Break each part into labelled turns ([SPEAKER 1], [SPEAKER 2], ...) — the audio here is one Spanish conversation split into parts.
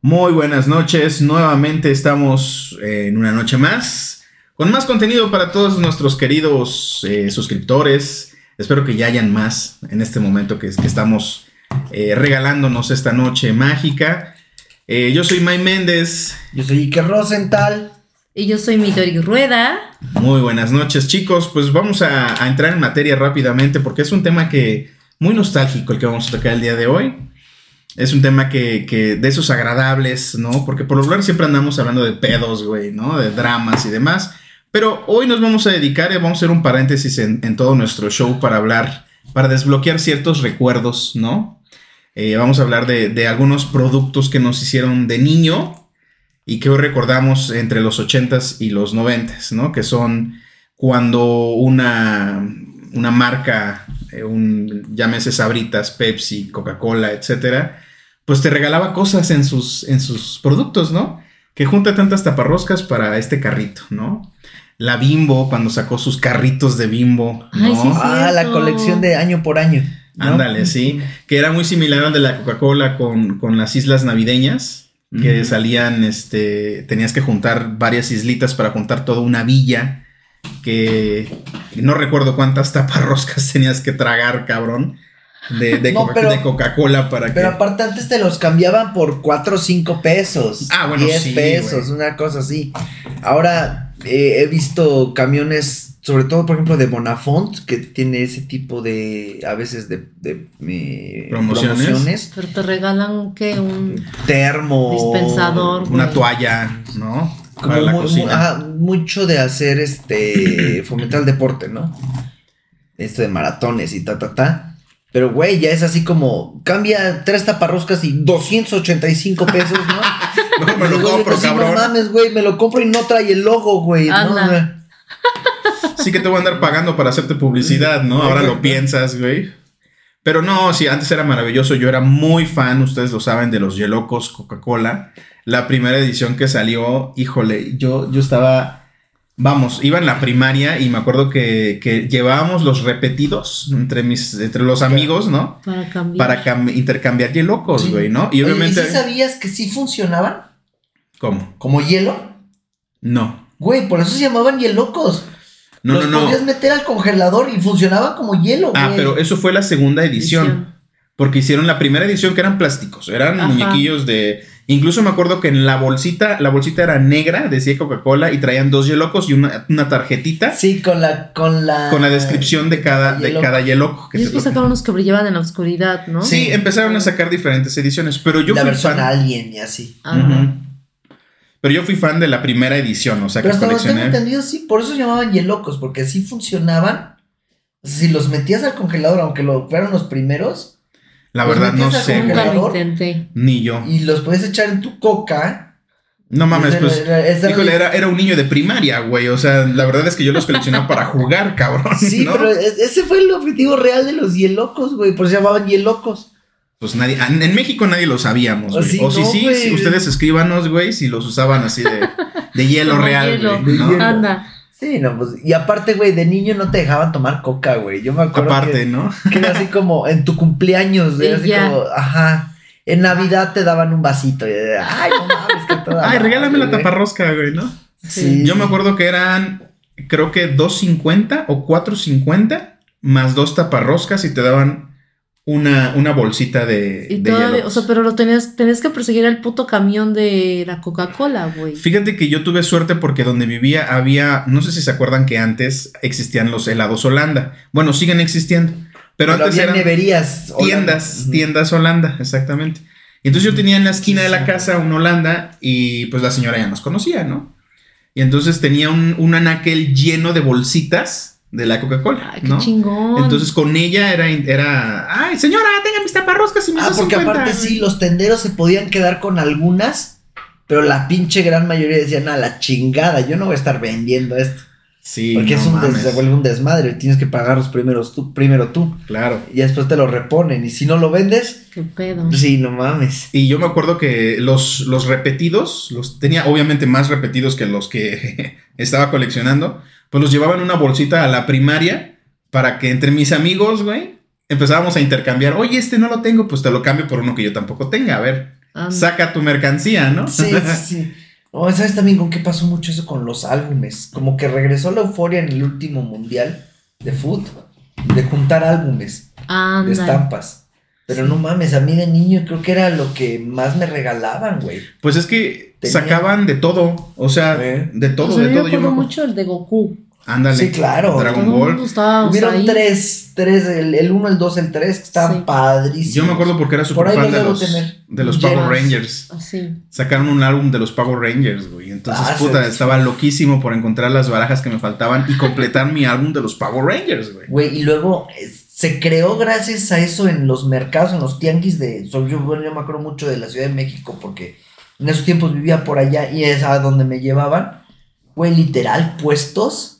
[SPEAKER 1] Muy buenas noches, nuevamente estamos eh, en una noche más, con más contenido para todos nuestros queridos eh, suscriptores. Espero que ya hayan más en este momento que, que estamos eh, regalándonos esta noche mágica. Eh, yo soy May Méndez.
[SPEAKER 2] Yo soy Iker Rosenthal.
[SPEAKER 3] Y yo soy Midori Rueda.
[SPEAKER 1] Muy buenas noches, chicos. Pues vamos a, a entrar en materia rápidamente porque es un tema que muy nostálgico el que vamos a tocar el día de hoy. Es un tema que, que de esos agradables, ¿no? Porque por lo regular siempre andamos hablando de pedos, güey, ¿no? De dramas y demás. Pero hoy nos vamos a dedicar y vamos a hacer un paréntesis en, en todo nuestro show para hablar, para desbloquear ciertos recuerdos, ¿no? Eh, vamos a hablar de, de algunos productos que nos hicieron de niño y que hoy recordamos entre los 80s y los 90s, ¿no? Que son cuando una, una marca, eh, un, llámese Sabritas, Pepsi, Coca-Cola, etcétera, pues te regalaba cosas en sus, en sus productos, ¿no? Que junta tantas taparroscas para este carrito, ¿no? La Bimbo, cuando sacó sus carritos de Bimbo, ¿no?
[SPEAKER 3] Ay, sí, sí.
[SPEAKER 2] Ah, la
[SPEAKER 3] Cierto.
[SPEAKER 2] colección de año por año. ¿no?
[SPEAKER 1] Ándale, sí. Que era muy similar al de la Coca-Cola con, con las islas navideñas. Que
[SPEAKER 2] Ujú.
[SPEAKER 1] salían, este. Tenías que juntar varias islitas para juntar toda una villa. Que no recuerdo cuántas taparroscas tenías que tragar, cabrón. De, de
[SPEAKER 2] No,
[SPEAKER 1] Coca-
[SPEAKER 2] pero-
[SPEAKER 1] de Coca-Cola para
[SPEAKER 2] Pero
[SPEAKER 1] que.
[SPEAKER 2] aparte antes te los cambiaban por 4 o 5 pesos.
[SPEAKER 1] Ah, bueno,
[SPEAKER 2] 10
[SPEAKER 1] sí,
[SPEAKER 2] pesos,
[SPEAKER 1] güey.
[SPEAKER 2] una cosa así. Ahora eh, he visto camiones, sobre todo por ejemplo de Bonafont, que tiene ese tipo de, a veces de, de, eh,
[SPEAKER 1] Promociones.
[SPEAKER 3] Pero te regalan que un
[SPEAKER 2] Termo.
[SPEAKER 3] dispensador.
[SPEAKER 1] Una
[SPEAKER 3] güey.
[SPEAKER 1] toalla, ¿no?
[SPEAKER 2] como
[SPEAKER 1] Para la
[SPEAKER 2] mu- mu-
[SPEAKER 1] cocina.
[SPEAKER 2] ajá, mucho de hacer este fomentar el deporte, ¿no? Esto de maratones y ta ta ta. Pero güey, ya es así como cambia tres taparroscas y 285 pesos, ¿no?
[SPEAKER 1] No me lo
[SPEAKER 2] Güey,
[SPEAKER 1] compro,
[SPEAKER 2] pues sí, No
[SPEAKER 1] cabrón.
[SPEAKER 2] mames, güey, me lo compro y no trae el logo, güey. ¿no?
[SPEAKER 3] Anda.
[SPEAKER 1] Sí que te voy a andar pagando para hacerte publicidad, ¿no? Ahora lo
[SPEAKER 2] Exacto.
[SPEAKER 1] piensas, güey. Pero no, sí, antes era maravilloso. Yo era muy fan, ustedes lo saben, de los Yelocos Coca-Cola. La primera edición que salió, híjole, yo, yo estaba. Vamos, iba en la primaria y me acuerdo que, que llevábamos los repetidos entre mis, entre los amigos, ¿no?
[SPEAKER 3] Para cambiar.
[SPEAKER 1] Para cam- intercambiar Yelocos,
[SPEAKER 2] Sí.
[SPEAKER 1] güey, ¿no? Y
[SPEAKER 2] Oye,
[SPEAKER 1] obviamente.
[SPEAKER 2] ¿y sí sabías que sí funcionaban
[SPEAKER 1] ¿Cómo?
[SPEAKER 2] como hielo?
[SPEAKER 1] No.
[SPEAKER 2] Güey, por eso se llamaban hielocos.
[SPEAKER 1] No,
[SPEAKER 2] los
[SPEAKER 1] no, no.
[SPEAKER 2] podías meter al congelador y funcionaba como hielo, güey.
[SPEAKER 1] Ah, pero eso fue la segunda edición. Porque hicieron la primera edición que eran plásticos, eran
[SPEAKER 3] Ajá.
[SPEAKER 1] muñequillos de... Incluso me acuerdo que en la bolsita, la bolsita era negra, decía Coca-Cola, y traían dos yelocos y una, una tarjetita
[SPEAKER 2] Sí, con la con la
[SPEAKER 1] con la descripción de cada, de
[SPEAKER 2] Yeloco.
[SPEAKER 1] cada yeloco. que
[SPEAKER 3] Y
[SPEAKER 1] te
[SPEAKER 3] después
[SPEAKER 1] toca.
[SPEAKER 3] sacaron los que brillaban en la oscuridad, ¿no?
[SPEAKER 1] Sí, empezaron a sacar diferentes ediciones, pero yo
[SPEAKER 2] la
[SPEAKER 1] fui
[SPEAKER 2] versión
[SPEAKER 1] fan...
[SPEAKER 2] alien y así.
[SPEAKER 3] Ajá.
[SPEAKER 1] Ujú. Pero yo fui fan de la primera edición, o sea, que
[SPEAKER 2] Pero hasta donde tengo
[SPEAKER 1] coleccioné...
[SPEAKER 2] entendido, sí, por eso se llamaban hielocos, porque así funcionaban. O sea, si los metías al congelador, aunque lo fueran los primeros,
[SPEAKER 1] La
[SPEAKER 2] Pues
[SPEAKER 1] verdad no
[SPEAKER 2] metías a
[SPEAKER 1] sé,
[SPEAKER 2] comer.
[SPEAKER 1] güey.
[SPEAKER 3] Nunca lo
[SPEAKER 2] ¿Congelador?
[SPEAKER 3] intenté.
[SPEAKER 1] ni yo.
[SPEAKER 2] y los podías echar en tu coca.
[SPEAKER 1] No mames,
[SPEAKER 2] Era-
[SPEAKER 1] pues...
[SPEAKER 2] era- era-
[SPEAKER 1] Híjole, era, era un niño de primaria, güey. O sea, la verdad es que yo los coleccionaba para jugar, cabrón.
[SPEAKER 2] Sí,
[SPEAKER 1] ¿no?
[SPEAKER 2] pero es- ese fue el objetivo real de los hielocos, güey. Por eso se llamaban hielocos.
[SPEAKER 1] Pues nadie, en en México nadie los sabíamos, güey.
[SPEAKER 2] Así
[SPEAKER 1] o si
[SPEAKER 2] no,
[SPEAKER 1] sí,
[SPEAKER 2] güey.
[SPEAKER 1] si ustedes escríbanos, güey, si los usaban así de, de hielo
[SPEAKER 3] Como
[SPEAKER 1] real,
[SPEAKER 3] hielo.
[SPEAKER 1] güey, ¿no?
[SPEAKER 2] De hielo.
[SPEAKER 3] Anda.
[SPEAKER 2] Sí, no, pues. Y aparte, güey, de niño no te dejaban tomar coca, güey. Yo me acuerdo.
[SPEAKER 1] Aparte, ¿no?
[SPEAKER 2] Que, que era así como en tu cumpleaños, güey.
[SPEAKER 3] Y
[SPEAKER 2] así
[SPEAKER 3] ya.
[SPEAKER 2] como, ajá. En Navidad te daban un vasito. Y, ay, no mames, que
[SPEAKER 3] Ah,
[SPEAKER 2] toda.
[SPEAKER 1] Ay, regálame la
[SPEAKER 2] madre, güey.
[SPEAKER 1] taparrosca, güey, ¿no?
[SPEAKER 2] Sí.
[SPEAKER 1] Yo me acuerdo que eran, creo que 2.50 o 4.50 más dos taparroscas y te daban una, una bolsita de,
[SPEAKER 3] Y
[SPEAKER 1] de
[SPEAKER 3] todavía,
[SPEAKER 1] hielo.
[SPEAKER 3] o sea, pero lo tenías, tenías que perseguir al puto camión de la Coca-Cola, güey.
[SPEAKER 1] Fíjate que yo tuve suerte porque donde vivía había, no sé si se acuerdan que antes existían los helados Holanda. Bueno, siguen existiendo, pero, antes
[SPEAKER 2] había
[SPEAKER 1] eran...
[SPEAKER 2] neverías. Holanda.
[SPEAKER 1] tiendas,
[SPEAKER 2] Ujú.
[SPEAKER 1] tiendas Holanda, exactamente. Y entonces yo tenía en la esquina de la
[SPEAKER 2] Sí.
[SPEAKER 1] casa un Holanda y pues la señora ya nos conocía, ¿no? Y entonces tenía un, un anaquel lleno de bolsitas de la Coca-Cola,
[SPEAKER 3] Ay, qué
[SPEAKER 1] ¿no?
[SPEAKER 3] chingón.
[SPEAKER 1] Entonces con ella era, era, ay señora, tenga mis taparroscas y mis
[SPEAKER 2] Ah, porque
[SPEAKER 1] 250".
[SPEAKER 2] aparte sí, los tenderos se podían quedar con algunas, pero la pinche gran mayoría decían, a la chingada, yo no voy a estar vendiendo esto.
[SPEAKER 1] Sí,
[SPEAKER 2] Porque
[SPEAKER 1] no
[SPEAKER 2] es un des-
[SPEAKER 1] mames,
[SPEAKER 2] se vuelve un desmadre, tienes que pagarlos primeros tú, primero tú,
[SPEAKER 1] Claro.
[SPEAKER 2] y después te lo reponen, y si no lo vendes, pues
[SPEAKER 3] Qué pedo.
[SPEAKER 1] pues,
[SPEAKER 2] sí, no mames.
[SPEAKER 1] Y yo me acuerdo que los, los repetidos, los tenía obviamente más repetidos que los que estaba coleccionando, pues los llevaban en una bolsita a la primaria para que entre mis amigos, güey, empezábamos a intercambiar, oye, este no lo tengo, pues te lo cambio por uno que yo tampoco tenga, a ver.
[SPEAKER 3] Anda.
[SPEAKER 1] saca tu mercancía, ¿no?
[SPEAKER 2] Sí, sí, sí. No, ¿Sabes también con qué pasó mucho eso con los álbumes? Como que regresó la euforia en el último mundial de foot, de juntar álbumes, de
[SPEAKER 3] Anda.
[SPEAKER 2] estampas. Pero no mames, a mí de niño creo que era lo que más me regalaban, güey.
[SPEAKER 1] Pues es que
[SPEAKER 2] Tenía-
[SPEAKER 1] sacaban de todo, o sea,
[SPEAKER 2] Eh.
[SPEAKER 1] de todo,
[SPEAKER 3] O sea,
[SPEAKER 1] de
[SPEAKER 3] yo
[SPEAKER 1] todo. Yo me
[SPEAKER 3] recuerdo
[SPEAKER 1] acuerdo-
[SPEAKER 3] mucho el de Goku.
[SPEAKER 1] Ándale.
[SPEAKER 2] Sí, claro.
[SPEAKER 1] Dragon
[SPEAKER 3] Todo el
[SPEAKER 1] Ball.
[SPEAKER 3] mundo estaba, Ah, o sea,
[SPEAKER 2] Hubieron
[SPEAKER 3] ahí.
[SPEAKER 2] tres, tres, el, el uno, el dos, el tres, que estaban
[SPEAKER 3] Sí.
[SPEAKER 2] padrísimos.
[SPEAKER 1] Yo me acuerdo porque era
[SPEAKER 2] Por
[SPEAKER 1] súper
[SPEAKER 2] ahí
[SPEAKER 1] fan
[SPEAKER 2] los
[SPEAKER 1] de
[SPEAKER 2] debo
[SPEAKER 1] los,
[SPEAKER 2] tener.
[SPEAKER 1] de los
[SPEAKER 2] Llenos.
[SPEAKER 1] Power Rangers.
[SPEAKER 3] Así.
[SPEAKER 1] Sacaron un álbum de los Power Rangers, güey. Entonces,
[SPEAKER 2] Ah,
[SPEAKER 1] puta,
[SPEAKER 2] sí.
[SPEAKER 1] estaba loquísimo por encontrar las barajas que me faltaban y completar mi álbum de los Power Rangers, güey.
[SPEAKER 2] Güey, y luego eh, se creó gracias a eso en los mercados, en los tianguis de. so- Yo, bueno, yo me acuerdo mucho de la Ciudad de México porque en esos tiempos vivía por allá y es a donde me llevaban. Güey, literal, puestos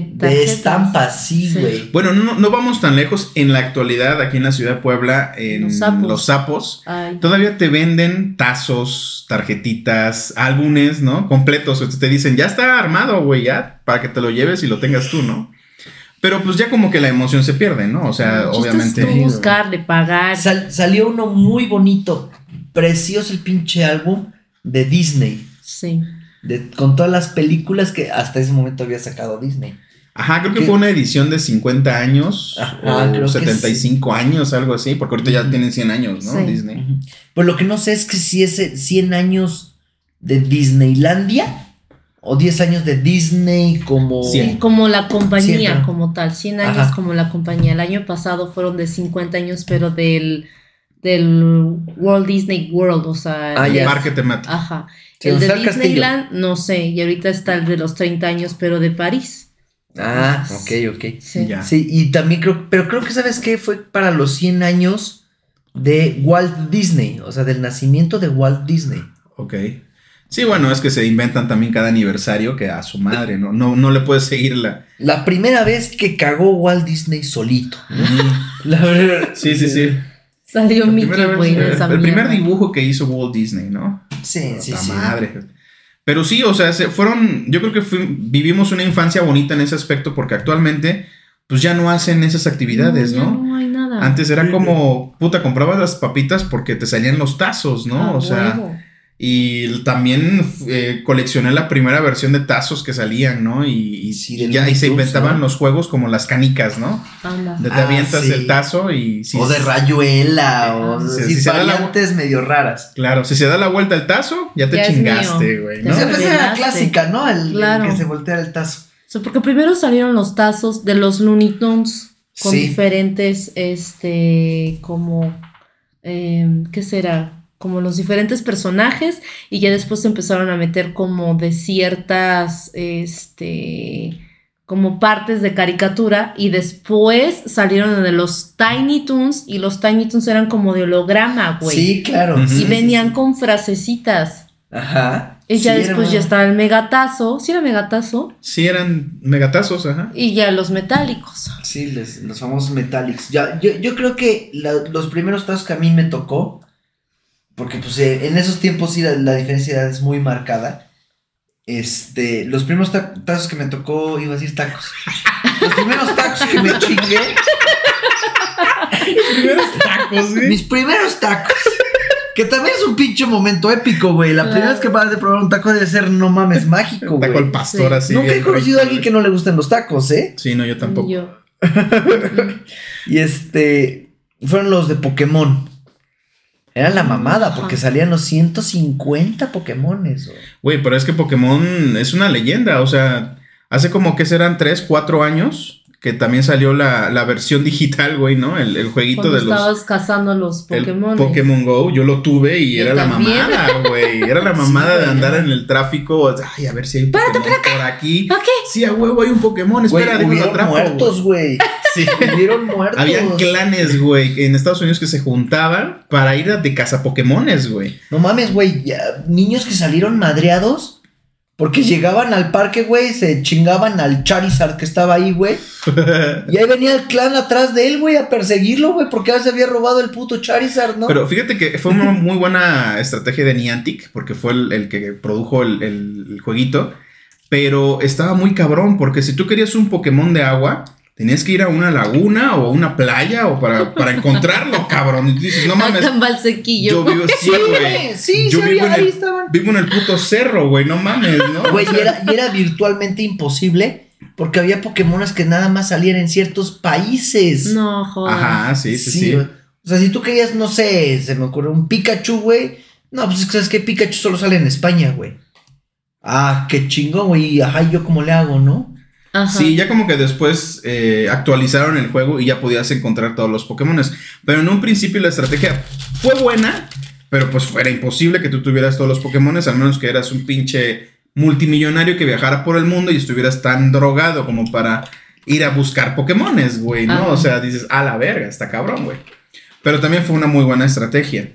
[SPEAKER 2] de
[SPEAKER 3] tarjetas.
[SPEAKER 2] estampas, sí,
[SPEAKER 3] Sí.
[SPEAKER 2] güey.
[SPEAKER 1] Bueno, no, no vamos tan lejos. En la actualidad, aquí en la ciudad de Puebla, en
[SPEAKER 3] Los Sapos.
[SPEAKER 1] Los Sapos,
[SPEAKER 3] Ay,
[SPEAKER 1] todavía te venden tazos, tarjetitas, álbumes, ¿no? Completos. Entonces, te dicen, ya está armado, güey, ya, para que te lo lleves y lo tengas tú, ¿no? Pero pues ya como que la emoción se pierde, ¿no? O sea,
[SPEAKER 3] el chiste
[SPEAKER 1] obviamente.
[SPEAKER 3] Es tú buscarle, pagar.
[SPEAKER 2] Sal- salió uno muy bonito, precioso el pinche álbum de Disney.
[SPEAKER 3] Sí.
[SPEAKER 2] de- con todas las películas que hasta ese momento había sacado Disney.
[SPEAKER 1] Ajá, creo que
[SPEAKER 2] ¿Qué?
[SPEAKER 1] fue una edición de 50 años
[SPEAKER 2] Ajá,
[SPEAKER 1] o
[SPEAKER 2] creo que Mm.
[SPEAKER 1] 75 años, algo así, porque ahorita ya tienen 100 años, ¿no?
[SPEAKER 3] Sí.
[SPEAKER 1] Disney.
[SPEAKER 2] Ujú. Pues lo que no sé es que si es el 100 años de Disneylandia o 10 años de Disney como...
[SPEAKER 1] Cien.
[SPEAKER 3] Como la compañía,
[SPEAKER 2] Siempre.
[SPEAKER 3] como tal. 100 años
[SPEAKER 2] Ajá.
[SPEAKER 3] como la compañía. El año pasado fueron de 50 años, pero del, del Walt Disney World, o sea.
[SPEAKER 2] Ah,
[SPEAKER 1] El
[SPEAKER 2] ya.
[SPEAKER 1] Parque temático.
[SPEAKER 3] Ajá.
[SPEAKER 2] Sí,
[SPEAKER 3] el
[SPEAKER 2] donde
[SPEAKER 3] de
[SPEAKER 2] está el castillo.
[SPEAKER 3] Disneyland, no sé. Y ahorita está el de los 30 años, pero de París.
[SPEAKER 2] Ah, ok, ok.
[SPEAKER 3] Sí.
[SPEAKER 1] Ya.
[SPEAKER 2] Sí, y también creo, pero creo que sabes qué fue para los 100 años de Walt Disney, o sea, del nacimiento de Walt Disney.
[SPEAKER 3] Ah.
[SPEAKER 1] Ok. Sí, bueno, es que se inventan también cada aniversario que a su madre, ¿no? No, no le puedes seguir la.
[SPEAKER 2] La primera vez que cagó Walt Disney solito. La verdad.
[SPEAKER 1] Sí, sí, sí.
[SPEAKER 3] Salió
[SPEAKER 1] La
[SPEAKER 3] Mickey,
[SPEAKER 1] primera vez- eh,
[SPEAKER 3] güey, de
[SPEAKER 1] el
[SPEAKER 3] esa
[SPEAKER 1] primer
[SPEAKER 3] mierda.
[SPEAKER 1] dibujo que hizo Walt Disney, ¿no?
[SPEAKER 2] Sí, sí,
[SPEAKER 1] La
[SPEAKER 2] sí.
[SPEAKER 1] madre. Pero sí, o sea, se fueron. Yo creo que fue- vivimos una infancia bonita en ese aspecto porque actualmente, pues ya no hacen esas actividades,
[SPEAKER 3] No, ya
[SPEAKER 1] ¿no?
[SPEAKER 3] No hay nada.
[SPEAKER 1] Antes era como, puta, comprabas las papitas porque te salían los tazos, ¿no?
[SPEAKER 3] A
[SPEAKER 1] o sea,
[SPEAKER 3] Ah, huevo.
[SPEAKER 1] y también eh, coleccioné la primera versión de tazos que salían, ¿no? Y, y
[SPEAKER 2] Sí, de
[SPEAKER 1] ya y
[SPEAKER 2] Looney
[SPEAKER 1] se
[SPEAKER 2] Tunes,
[SPEAKER 1] inventaban
[SPEAKER 2] ¿no?
[SPEAKER 1] los juegos como las canicas, ¿no?
[SPEAKER 3] Anda.
[SPEAKER 1] Donde te
[SPEAKER 2] Ah,
[SPEAKER 1] avientas
[SPEAKER 2] sí.
[SPEAKER 1] el tazo y si,
[SPEAKER 2] o de rayuela, o
[SPEAKER 1] Sí,
[SPEAKER 2] sí,
[SPEAKER 1] sí, se da la-
[SPEAKER 2] variantes medio raras.
[SPEAKER 1] Claro, si se da la vuelta el tazo, ya te
[SPEAKER 3] Ya es
[SPEAKER 1] chingaste,
[SPEAKER 3] mío.
[SPEAKER 1] güey,
[SPEAKER 3] Ya
[SPEAKER 1] ¿no?
[SPEAKER 3] se-
[SPEAKER 2] Esa esa era la
[SPEAKER 3] Revelaste.
[SPEAKER 2] clásica, ¿no? El, el
[SPEAKER 3] Claro.
[SPEAKER 2] que se voltea el tazo.
[SPEAKER 3] O sea, porque primero salieron los tazos de los Looney Tunes con
[SPEAKER 2] Sí.
[SPEAKER 3] diferentes, este, como, em, ¿qué será? Como los diferentes personajes y ya después se empezaron a meter como de ciertas, este, como partes de caricatura y después salieron de los Tiny Tunes y los Tiny Tunes eran como de holograma, güey.
[SPEAKER 2] Sí, claro.
[SPEAKER 1] Ujú.
[SPEAKER 2] sí,
[SPEAKER 3] Y
[SPEAKER 2] sí,
[SPEAKER 3] venían
[SPEAKER 2] sí.
[SPEAKER 3] con frasecitas.
[SPEAKER 2] Ajá.
[SPEAKER 3] Y ya
[SPEAKER 2] Sí,
[SPEAKER 3] después
[SPEAKER 2] hermano.
[SPEAKER 3] ya estaba el megatazo. ¿Sí era megatazo?
[SPEAKER 1] Sí, eran megatazos, ajá.
[SPEAKER 3] Y ya los metálicos.
[SPEAKER 2] Sí, les- los famosos Metallics. Ya, yo, yo creo que la- los primeros tazos que a mí me tocó, porque pues eh, en esos tiempos sí la, la diferencia de edad es muy marcada. Este, los primeros ta- tazos que me tocó, iba a decir tacos. Los primeros tacos que me chingué,
[SPEAKER 1] Tacos,
[SPEAKER 2] mis primeros tacos. Que también es un pinche momento épico, güey. La primera
[SPEAKER 3] Claro.
[SPEAKER 2] vez que vas de probar un taco debe ser, no mames, mágico,
[SPEAKER 1] Taco al
[SPEAKER 2] güey.
[SPEAKER 1] pastor
[SPEAKER 3] Sí.
[SPEAKER 1] así.
[SPEAKER 2] Nunca he
[SPEAKER 1] bien
[SPEAKER 2] conocido
[SPEAKER 1] rico,
[SPEAKER 2] a alguien que
[SPEAKER 1] güey.
[SPEAKER 2] no le gusten los tacos, ¿eh?
[SPEAKER 1] Sí, no, yo tampoco.
[SPEAKER 3] Yo.
[SPEAKER 2] Y este. Fueron los de Pokémon. Era la mamada, porque
[SPEAKER 3] Ajá.
[SPEAKER 2] salían los 150 Pokémones, güey.
[SPEAKER 1] Güey, pero es que Pokémon es una leyenda, o sea, hace como que serán 3, 4 años que también salió la, la versión digital, güey, ¿no? El, el jueguito
[SPEAKER 3] Cuando
[SPEAKER 1] de los...
[SPEAKER 3] estabas cazando los
[SPEAKER 1] el
[SPEAKER 3] Pokémon.
[SPEAKER 1] Pokémon Go, yo lo tuve y
[SPEAKER 3] Yo
[SPEAKER 1] era
[SPEAKER 3] también.
[SPEAKER 1] la mamada, güey. Era la
[SPEAKER 2] Sí,
[SPEAKER 1] mamada de
[SPEAKER 2] güey.
[SPEAKER 1] andar en el tráfico. o sea, Ay, a ver si hay un Pokémon por aquí.
[SPEAKER 3] ¿Para qué?
[SPEAKER 1] Sí, a huevo hay un Pokémon.
[SPEAKER 2] Güey,
[SPEAKER 1] Espera, déjame lo
[SPEAKER 2] hubieron
[SPEAKER 1] atrapo. güey.
[SPEAKER 2] muertos, güey.
[SPEAKER 1] Sí.
[SPEAKER 2] Hubieron muertos.
[SPEAKER 1] Habían clanes, güey, en Estados Unidos que se juntaban para ir a de caza Pokémones, güey.
[SPEAKER 2] No mames, güey. ya- Niños que salieron madreados. Porque llegaban al parque, güey, se chingaban al Charizard que estaba ahí, güey. Y ahí venía el clan atrás de él, güey, a perseguirlo, güey, porque ya se había robado el puto Charizard, ¿no?
[SPEAKER 1] Pero fíjate que fue una muy buena estrategia de Niantic, porque fue el, el que produjo el, el- el jueguito. Pero estaba muy cabrón, porque si tú querías un Pokémon de agua, Tenías que ir a una laguna o a una playa o para, para encontrarlo, cabrón. Y dices, no mames.
[SPEAKER 3] Acá en Valsequillo.
[SPEAKER 1] Yo vivo, sí, güey.
[SPEAKER 2] güey, sí,
[SPEAKER 1] Yo
[SPEAKER 2] sí,
[SPEAKER 1] vivo
[SPEAKER 2] había-
[SPEAKER 1] en
[SPEAKER 2] ahí
[SPEAKER 1] el-
[SPEAKER 2] estaban.
[SPEAKER 1] Vivo en el puto cerro, güey, no mames, ¿no?
[SPEAKER 2] Güey, y era, y era virtualmente imposible porque había Pokémonas que nada más salían en ciertos países.
[SPEAKER 3] No, joder.
[SPEAKER 1] Ajá, sí, sí, sí.
[SPEAKER 2] güey. O sea, si tú querías, no sé, se me ocurre un Pikachu, güey. No, pues es que sabes que Pikachu solo sale en España, güey. Ah, qué chingón, güey. y Ajá, ¿y yo cómo le hago, ¿no?
[SPEAKER 3] Ajá.
[SPEAKER 1] Sí, ya como que después eh, actualizaron el juego y ya podías encontrar todos los Pokémones. Pero en un principio la estrategia fue buena, pero pues era imposible que tú tuvieras todos los Pokémones, al menos que eras un pinche multimillonario que viajara por el mundo y estuvieras tan drogado como para ir a buscar Pokémones, güey, ¿no?
[SPEAKER 3] Ajá.
[SPEAKER 1] O sea, dices, a la verga, está cabrón, güey. Pero también fue una muy buena estrategia.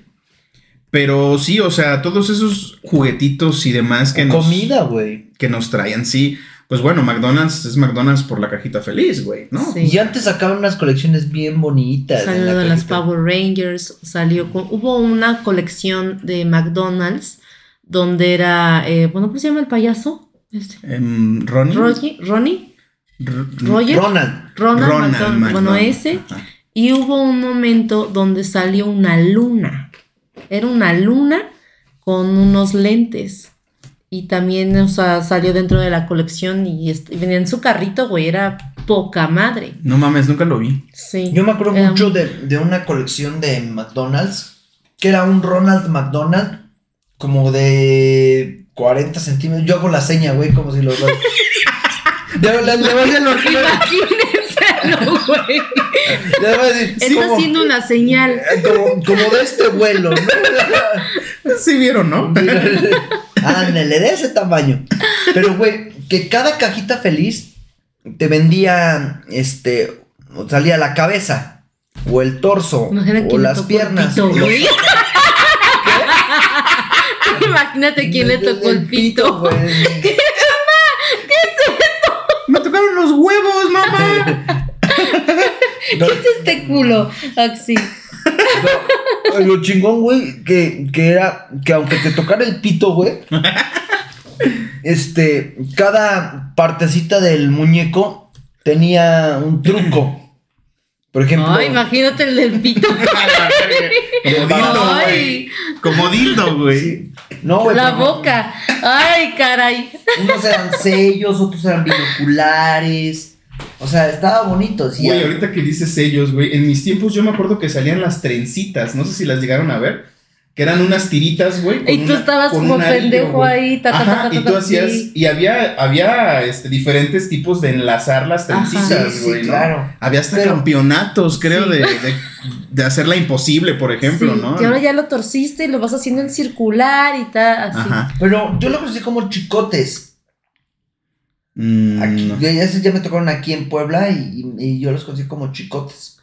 [SPEAKER 1] Pero sí, o sea, todos esos juguetitos y demás que
[SPEAKER 2] O
[SPEAKER 1] nos
[SPEAKER 2] Comida, güey.
[SPEAKER 1] que nos traían, sí. Pues bueno, McDonald's es McDonald's por la cajita feliz, güey, ¿no?
[SPEAKER 3] Sí.
[SPEAKER 2] Y antes sacaban unas colecciones bien bonitas. en
[SPEAKER 3] Salió de las
[SPEAKER 2] cajita.
[SPEAKER 3] Power Rangers, salió con, hubo una colección de McDonald's donde era, eh, bueno, ¿cómo se llama el payaso? Este,
[SPEAKER 1] Em, Ronnie.
[SPEAKER 3] Rocky, Ronnie,
[SPEAKER 1] R-
[SPEAKER 3] Roger,
[SPEAKER 2] Ronald.
[SPEAKER 3] Ronald,
[SPEAKER 1] Ronald
[SPEAKER 3] McDonald, bueno,
[SPEAKER 1] McDonald.
[SPEAKER 3] ese,
[SPEAKER 1] Ajá.
[SPEAKER 3] y hubo un momento donde salió una luna, era una luna con unos lentes. Y también, o sea, salió dentro de la colección y, est- y venía en su carrito, güey, era poca madre.
[SPEAKER 1] No mames, nunca lo vi.
[SPEAKER 3] Sí.
[SPEAKER 2] Yo me acuerdo
[SPEAKER 3] Era
[SPEAKER 2] mucho de, de una colección de McDonald's que era un Ronald McDonald como de 40 centímetros. Yo hago la seña, güey, como si lo. Le voy a le voy a hacer los-
[SPEAKER 3] Imagínenselo, güey.
[SPEAKER 2] le voy a decir,
[SPEAKER 3] Está
[SPEAKER 2] como-
[SPEAKER 3] haciendo una señal.
[SPEAKER 2] eh, como, como de este vuelo, ¿no?
[SPEAKER 1] Sí vieron, ¿no?
[SPEAKER 2] Ándale, de ese tamaño. Pero, güey, que cada cajita feliz te vendía, este, o salía la cabeza, o el torso,
[SPEAKER 3] Imagínate
[SPEAKER 2] o
[SPEAKER 3] quién le
[SPEAKER 2] las
[SPEAKER 3] tocó
[SPEAKER 2] piernas.
[SPEAKER 3] el
[SPEAKER 2] o
[SPEAKER 3] pito,
[SPEAKER 2] los-
[SPEAKER 3] güey. Imagínate quién le tocó el pito.
[SPEAKER 2] güey.
[SPEAKER 1] Me tocaron los huevos, mamá.
[SPEAKER 2] No,
[SPEAKER 3] ¿Qué es este culo? Axi.
[SPEAKER 2] no, lo chingón, güey, que, que era que aunque te tocara el pito, güey, este, cada partecita del muñeco tenía un truco. Por ejemplo,
[SPEAKER 3] Ay, imagínate el del pito.
[SPEAKER 1] A la verga. Como dildo, güey.
[SPEAKER 3] Ay,
[SPEAKER 1] Como dildo, güey.
[SPEAKER 2] no, güey,
[SPEAKER 3] la
[SPEAKER 2] por ejemplo,
[SPEAKER 3] boca. Ay, caray.
[SPEAKER 2] unos eran sellos, otros eran binoculares. O sea, estaba bonito. Sí,
[SPEAKER 1] Güey, ahorita que dices sellos, güey. En mis tiempos yo me acuerdo que salían las trencitas. No sé si las llegaron a ver. Que eran unas tiritas, güey. con
[SPEAKER 3] Y tú
[SPEAKER 1] una-
[SPEAKER 3] estabas
[SPEAKER 1] con
[SPEAKER 3] como
[SPEAKER 1] un anillo,
[SPEAKER 3] pendejo
[SPEAKER 1] güey.
[SPEAKER 3] ahí. ta, ta, ta,
[SPEAKER 1] Ajá,
[SPEAKER 3] ta,
[SPEAKER 1] y
[SPEAKER 3] ta,
[SPEAKER 1] tú
[SPEAKER 3] ta,
[SPEAKER 1] hacías,
[SPEAKER 3] sí.
[SPEAKER 1] y había, había este, diferentes tipos de enlazar las
[SPEAKER 3] Ajá.
[SPEAKER 2] sí,
[SPEAKER 1] trencitas,
[SPEAKER 2] sí,
[SPEAKER 1] güey, ¿no?
[SPEAKER 2] claro.
[SPEAKER 1] Había hasta
[SPEAKER 2] Pero-
[SPEAKER 1] campeonatos, creo,
[SPEAKER 3] Sí.
[SPEAKER 1] de, de, de hacerla imposible, por ejemplo,
[SPEAKER 3] Sí,
[SPEAKER 1] ¿no?
[SPEAKER 3] Y ahora ya lo torciste y lo vas haciendo en circular y tal, así.
[SPEAKER 1] Ajá.
[SPEAKER 2] Pero yo lo conocí como chicotes.
[SPEAKER 1] Mm,
[SPEAKER 2] Aquí,
[SPEAKER 1] no.
[SPEAKER 2] ya, ya se- ya me tocaron aquí en Puebla y, y- y yo los conseguí como chicotes.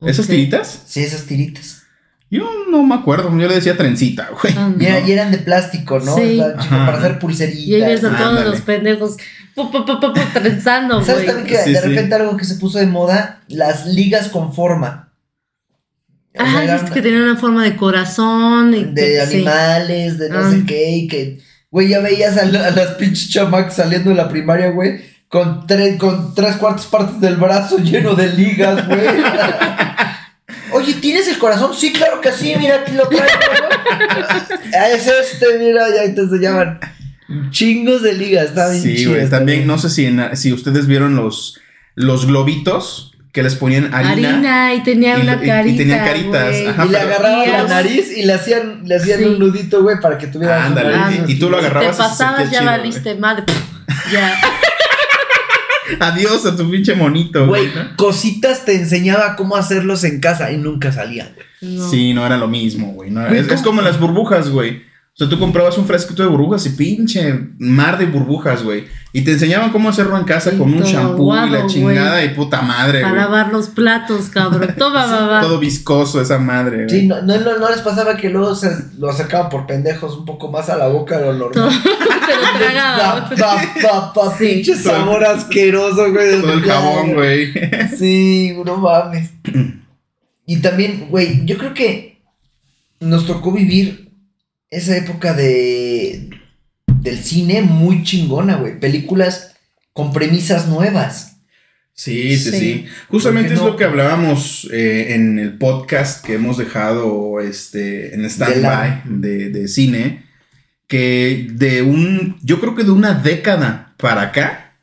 [SPEAKER 1] ¿Esas
[SPEAKER 3] Ok.
[SPEAKER 1] tiritas?
[SPEAKER 2] Sí, esas tiritas.
[SPEAKER 1] Yo no me acuerdo, yo le decía trencita, güey.
[SPEAKER 3] Ah,
[SPEAKER 2] Y,
[SPEAKER 3] no.
[SPEAKER 2] era- y eran de plástico, ¿no?
[SPEAKER 3] Sí.
[SPEAKER 2] O sea, chico,
[SPEAKER 1] Ajá.
[SPEAKER 2] para hacer
[SPEAKER 3] Y ahí ves
[SPEAKER 2] pulseritas.
[SPEAKER 3] a todos
[SPEAKER 1] Ándale.
[SPEAKER 3] los pendejos pu, pu, pu, pu, pu, trenzando,
[SPEAKER 2] ¿Sabes
[SPEAKER 3] güey.
[SPEAKER 2] también que
[SPEAKER 1] Sí,
[SPEAKER 2] de
[SPEAKER 1] sí.
[SPEAKER 2] repente algo que se puso de moda? Las ligas con forma. O sea,
[SPEAKER 3] Ah,
[SPEAKER 2] eran
[SPEAKER 3] es que tenía una forma de corazón y
[SPEAKER 2] de
[SPEAKER 3] sí.
[SPEAKER 2] animales, de no
[SPEAKER 3] Ah.
[SPEAKER 2] sé qué, y que. Güey, ya veías a, la- a las pinches chamacas saliendo de la primaria, güey. Con, tres con tres cuartas partes del brazo lleno de ligas, güey. Oye, ¿tienes el corazón? Sí, claro que sí, mira, aquí lo traigo, güey. Ah, Es este, mira, ya ahí te se llaman. Chingos de ligas, está bien
[SPEAKER 1] Sí,
[SPEAKER 2] chido.
[SPEAKER 1] güey.
[SPEAKER 2] está
[SPEAKER 1] También
[SPEAKER 2] bien.
[SPEAKER 1] no sé si, en- si ustedes vieron los, los globitos que les ponían harina.
[SPEAKER 3] Harina y tenía
[SPEAKER 1] y-
[SPEAKER 3] una
[SPEAKER 1] y- y
[SPEAKER 3] carita.
[SPEAKER 1] tenía caritas,
[SPEAKER 3] güey.
[SPEAKER 1] ajá.
[SPEAKER 2] Y le
[SPEAKER 1] pero-
[SPEAKER 2] agarraban la
[SPEAKER 3] Dios.
[SPEAKER 2] nariz y le hacían, le hacían
[SPEAKER 3] Sí.
[SPEAKER 2] un nudito, güey, para que tuviera.
[SPEAKER 1] Ándale,
[SPEAKER 3] Ah,
[SPEAKER 1] y, y tú lo
[SPEAKER 3] Si
[SPEAKER 1] agarrabas.
[SPEAKER 3] te
[SPEAKER 1] y se sentía
[SPEAKER 3] pasabas, ya
[SPEAKER 1] chido, güey.
[SPEAKER 3] valiste madre. ya.
[SPEAKER 1] Adiós a tu pinche monito,
[SPEAKER 2] Güey,
[SPEAKER 1] güey. ¿no?
[SPEAKER 2] cositas te enseñaba cómo hacerlos en casa y nunca salían.
[SPEAKER 3] No.
[SPEAKER 1] Sí, no era lo mismo, güey. no era-
[SPEAKER 2] Güey,
[SPEAKER 1] es,
[SPEAKER 2] ¿cómo?
[SPEAKER 1] es como las burbujas, güey. O sea, tú comprabas un frasquito de burbujas y pinche mar de burbujas, güey. Y te enseñaban cómo hacerlo en casa
[SPEAKER 3] Y
[SPEAKER 1] con un
[SPEAKER 3] todo
[SPEAKER 1] shampoo y la
[SPEAKER 3] aguado,
[SPEAKER 1] chingada y puta madre,
[SPEAKER 3] Para
[SPEAKER 1] güey.
[SPEAKER 3] lavar los platos, cabrón. Toma, va, va.
[SPEAKER 1] Todo viscoso esa madre, güey.
[SPEAKER 2] Sí, no, no, no- no les pasaba que luego se lo acercaban por pendejos un poco más a la boca de lo
[SPEAKER 3] Todo.
[SPEAKER 2] normal.
[SPEAKER 3] Te lo
[SPEAKER 2] Pa,
[SPEAKER 3] tragaba.
[SPEAKER 2] pa, pa, pa,
[SPEAKER 3] Sí.
[SPEAKER 2] pinche
[SPEAKER 1] Todo el-
[SPEAKER 2] sabor asqueroso, güey.
[SPEAKER 1] Todo el jabón, güey.
[SPEAKER 2] Sí, no mames. Y también, güey, yo creo que nos tocó vivir esa época de del cine muy chingona, güey. Películas con premisas nuevas.
[SPEAKER 1] Sí, sí, sí.
[SPEAKER 3] Sí.
[SPEAKER 1] Justamente
[SPEAKER 2] Porque
[SPEAKER 1] es
[SPEAKER 2] no-
[SPEAKER 1] lo que hablábamos eh, en el podcast que hemos dejado este, en stand-by
[SPEAKER 2] la-
[SPEAKER 1] de, de cine, que de un, yo creo que de una década para acá,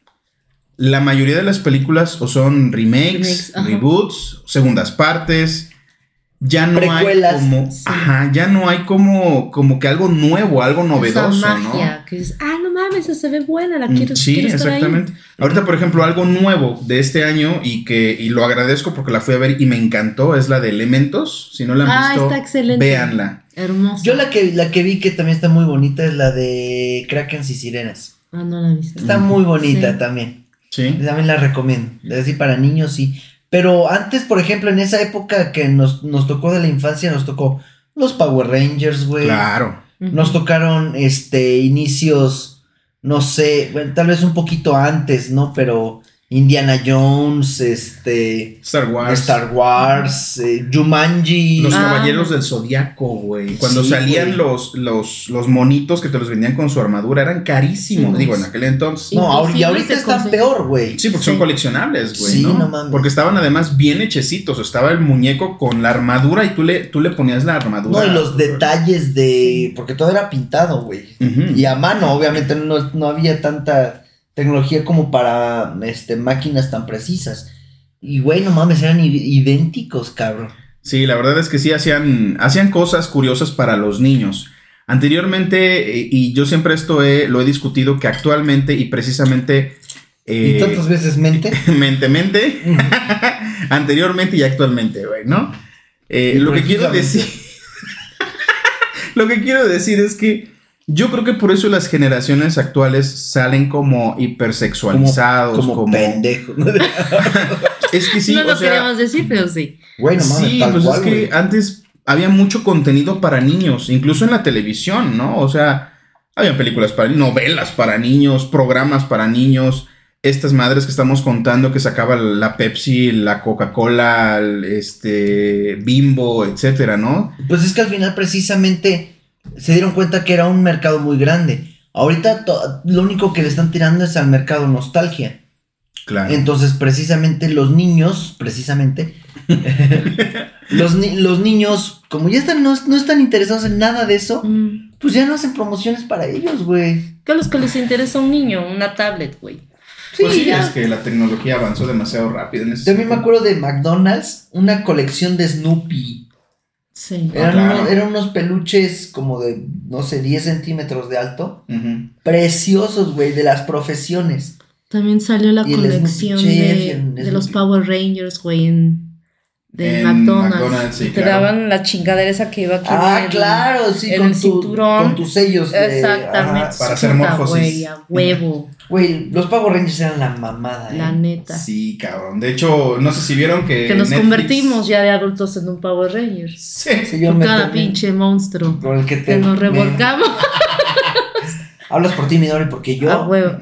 [SPEAKER 1] la mayoría de las películas o son remakes,
[SPEAKER 3] Remakes, ajá.
[SPEAKER 1] reboots, segundas partes, ya no
[SPEAKER 2] Precuelas.
[SPEAKER 1] hay como,
[SPEAKER 3] Sí.
[SPEAKER 1] ajá, ya no hay como, como que algo nuevo, algo novedoso,
[SPEAKER 3] Esa
[SPEAKER 1] ¿no?
[SPEAKER 3] magia, que es, ah, no mames, esa se ve buena, la
[SPEAKER 1] Mm,
[SPEAKER 3] Ah, quiero,
[SPEAKER 1] Sí,
[SPEAKER 3] quiero estar ahí".
[SPEAKER 1] exactamente. Ahorita, por ejemplo, algo nuevo de este año y que y lo agradezco porque la fui a ver y me encantó es la de Elementos. Si no la han
[SPEAKER 3] Ah,
[SPEAKER 1] visto,
[SPEAKER 3] está excelente.
[SPEAKER 1] véanla.
[SPEAKER 3] Hermosa.
[SPEAKER 2] Yo la que, la que vi que también está muy bonita es la de Krakens y Sirenas.
[SPEAKER 3] Ah, no la he visto.
[SPEAKER 2] Está muy bonita
[SPEAKER 3] Sí.
[SPEAKER 2] también.
[SPEAKER 1] Sí.
[SPEAKER 2] También la recomiendo. Así para niños, sí. Pero antes, por ejemplo, en esa época que nos, nos tocó de la infancia, nos tocó los Power Rangers, güey.
[SPEAKER 1] Claro.
[SPEAKER 3] Ujú.
[SPEAKER 2] Nos tocaron este inicios, no sé, bueno, tal vez un poquito antes, ¿no? Pero Indiana Jones, este
[SPEAKER 1] Star Wars.
[SPEAKER 2] Star Wars, eh, Jumanji.
[SPEAKER 1] Los
[SPEAKER 3] Ah.
[SPEAKER 1] Caballeros del Zodiaco, güey. Cuando
[SPEAKER 2] Sí,
[SPEAKER 1] salían
[SPEAKER 2] güey.
[SPEAKER 1] los, los, los monitos que te los vendían con su armadura, eran carísimos.
[SPEAKER 3] Sí,
[SPEAKER 1] digo,
[SPEAKER 2] pues.
[SPEAKER 1] en
[SPEAKER 3] sí.
[SPEAKER 1] aquel entonces.
[SPEAKER 2] no, ahor- y
[SPEAKER 3] Inclusive
[SPEAKER 2] ahorita
[SPEAKER 3] se
[SPEAKER 2] están
[SPEAKER 3] conse-
[SPEAKER 2] peor, güey.
[SPEAKER 1] Sí, porque son
[SPEAKER 3] Sí.
[SPEAKER 1] coleccionables, güey.
[SPEAKER 2] Sí,
[SPEAKER 1] ¿no?
[SPEAKER 2] no mames.
[SPEAKER 1] Porque estaban además bien hechecitos. Estaba el muñeco con la armadura y tú le, tú le ponías la armadura.
[SPEAKER 2] No, y los detalles de. Porque todo era pintado, güey.
[SPEAKER 1] Ujú.
[SPEAKER 2] Y a mano, obviamente, no, no había tanta tecnología como para este, máquinas tan precisas. Y, güey, no mames, eran i- idénticos, cabrón.
[SPEAKER 1] Sí, la verdad es que sí hacían, hacían cosas curiosas para los niños. Anteriormente, eh, y yo siempre esto he- lo he discutido, que actualmente y precisamente... eh,
[SPEAKER 2] y tantas veces mente.
[SPEAKER 1] mente, mente, anteriormente y actualmente, güey, ¿no? Eh,
[SPEAKER 2] Y
[SPEAKER 1] lo que quiero
[SPEAKER 2] precisamente.
[SPEAKER 1] decir... lo que quiero decir es que yo creo que por eso las generaciones actuales salen como hipersexualizados, como...
[SPEAKER 2] como, pendejo.
[SPEAKER 1] Es que sí,
[SPEAKER 3] no
[SPEAKER 1] o
[SPEAKER 3] lo
[SPEAKER 1] sea,
[SPEAKER 3] queremos decir, pero sí.
[SPEAKER 2] Bueno, mames,
[SPEAKER 1] Sí,
[SPEAKER 2] tal
[SPEAKER 1] pues
[SPEAKER 2] cual,
[SPEAKER 1] es que
[SPEAKER 2] güey.
[SPEAKER 1] antes había mucho contenido para niños, incluso en la televisión, ¿no? O sea, había películas para novelas para niños, programas para niños, estas madres que estamos contando que sacaba la Pepsi, la Coca-Cola, el, este Bimbo, etcétera, ¿no?
[SPEAKER 2] Pues es que al final precisamente se dieron cuenta que era un mercado muy grande. Ahorita to- lo único que le están tirando es al mercado nostalgia.
[SPEAKER 1] Claro.
[SPEAKER 2] Entonces precisamente los niños, precisamente, los, ni- los niños, como ya están, no, no están interesados en nada de eso,
[SPEAKER 3] Mm.
[SPEAKER 2] pues ya no hacen promociones para ellos, güey.
[SPEAKER 3] Que a los que les interesa un niño, una tablet, güey.
[SPEAKER 1] pues sí,
[SPEAKER 2] ya.
[SPEAKER 1] es que la tecnología avanzó demasiado rápido en ese
[SPEAKER 2] También me
[SPEAKER 1] sentido.
[SPEAKER 2] acuerdo de McDonald's, una colección de Snoopy.
[SPEAKER 3] Sí.
[SPEAKER 1] Eh.
[SPEAKER 2] Eran,
[SPEAKER 1] claro.
[SPEAKER 2] unos, eran unos peluches como de, no sé, 10 centímetros de alto.
[SPEAKER 1] Ujú.
[SPEAKER 2] Preciosos, güey, de las profesiones.
[SPEAKER 3] También salió la
[SPEAKER 2] Y el
[SPEAKER 3] colección
[SPEAKER 2] Snoopy Chef, y
[SPEAKER 3] de,
[SPEAKER 2] el
[SPEAKER 3] de
[SPEAKER 2] Snoopy.
[SPEAKER 3] los Power Rangers, güey, en, de
[SPEAKER 1] En
[SPEAKER 3] McDonald's.
[SPEAKER 1] McDonald's, sí,
[SPEAKER 3] Y te
[SPEAKER 1] claro.
[SPEAKER 3] daban la chingadera esa que iba aquí. en
[SPEAKER 2] Ah,
[SPEAKER 3] el-
[SPEAKER 2] claro, sí,
[SPEAKER 3] en
[SPEAKER 2] con,
[SPEAKER 3] el
[SPEAKER 2] tu-
[SPEAKER 3] cinturón.
[SPEAKER 2] con tus sellos. de-
[SPEAKER 3] Exactamente.
[SPEAKER 2] ajá.
[SPEAKER 1] para hacer
[SPEAKER 3] Puta,
[SPEAKER 1] morfosis.
[SPEAKER 3] güey, a huevo,
[SPEAKER 2] Güey, los Power Rangers eran la mamada,
[SPEAKER 3] la
[SPEAKER 2] ¿eh?
[SPEAKER 3] neta.
[SPEAKER 1] Sí, cabrón. De hecho, no sé si vieron que
[SPEAKER 3] que nos
[SPEAKER 1] Netflix-
[SPEAKER 3] convertimos ya de adultos en un Power Rangers.
[SPEAKER 1] Sí.
[SPEAKER 2] Sí, yo
[SPEAKER 3] Con
[SPEAKER 2] me
[SPEAKER 3] cada
[SPEAKER 2] también-
[SPEAKER 3] pinche monstruo.
[SPEAKER 2] Con el que te.
[SPEAKER 3] Que nos
[SPEAKER 2] me-
[SPEAKER 3] revolcamos
[SPEAKER 2] hablas por ti, Midori, porque yo.
[SPEAKER 3] a huevo.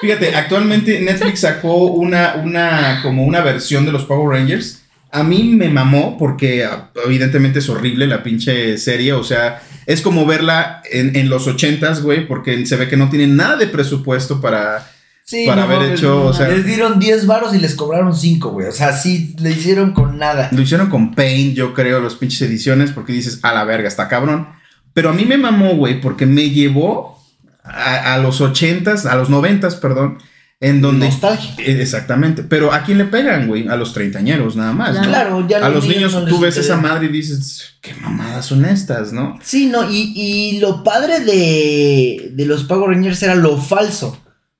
[SPEAKER 1] Fíjate, actualmente Netflix sacó una, una, como una versión de los Power Rangers. A mí me mamó porque ah, evidentemente es horrible la pinche serie, o sea, es como verla en, en los ochentas, güey, porque se ve que no tienen nada de presupuesto para...
[SPEAKER 2] Sí,
[SPEAKER 1] Para
[SPEAKER 2] no
[SPEAKER 1] haber
[SPEAKER 2] mames,
[SPEAKER 1] hecho, o sea-
[SPEAKER 2] Les dieron 10 varos y les cobraron 5, güey. O sea, sí, le hicieron con nada.
[SPEAKER 1] Lo hicieron con Paint, yo creo, las pinches ediciones, porque dices, a la verga, está cabrón. Pero a mí me mamó, güey, porque me llevó a, a los ochentas, a los noventas, perdón, en donde...
[SPEAKER 2] Nostalgia.
[SPEAKER 1] Eh, Exactamente, pero ¿a quién le pegan, güey? A los treintañeros, nada más. ¿no?
[SPEAKER 3] Claro.
[SPEAKER 2] Claro, ya
[SPEAKER 1] a los niños
[SPEAKER 2] no les
[SPEAKER 1] tú ves
[SPEAKER 2] interesa.
[SPEAKER 1] esa madre y dices, qué mamadas son estas, ¿no?
[SPEAKER 2] Sí, no, y, y lo padre de, de los Power Rangers era lo falso.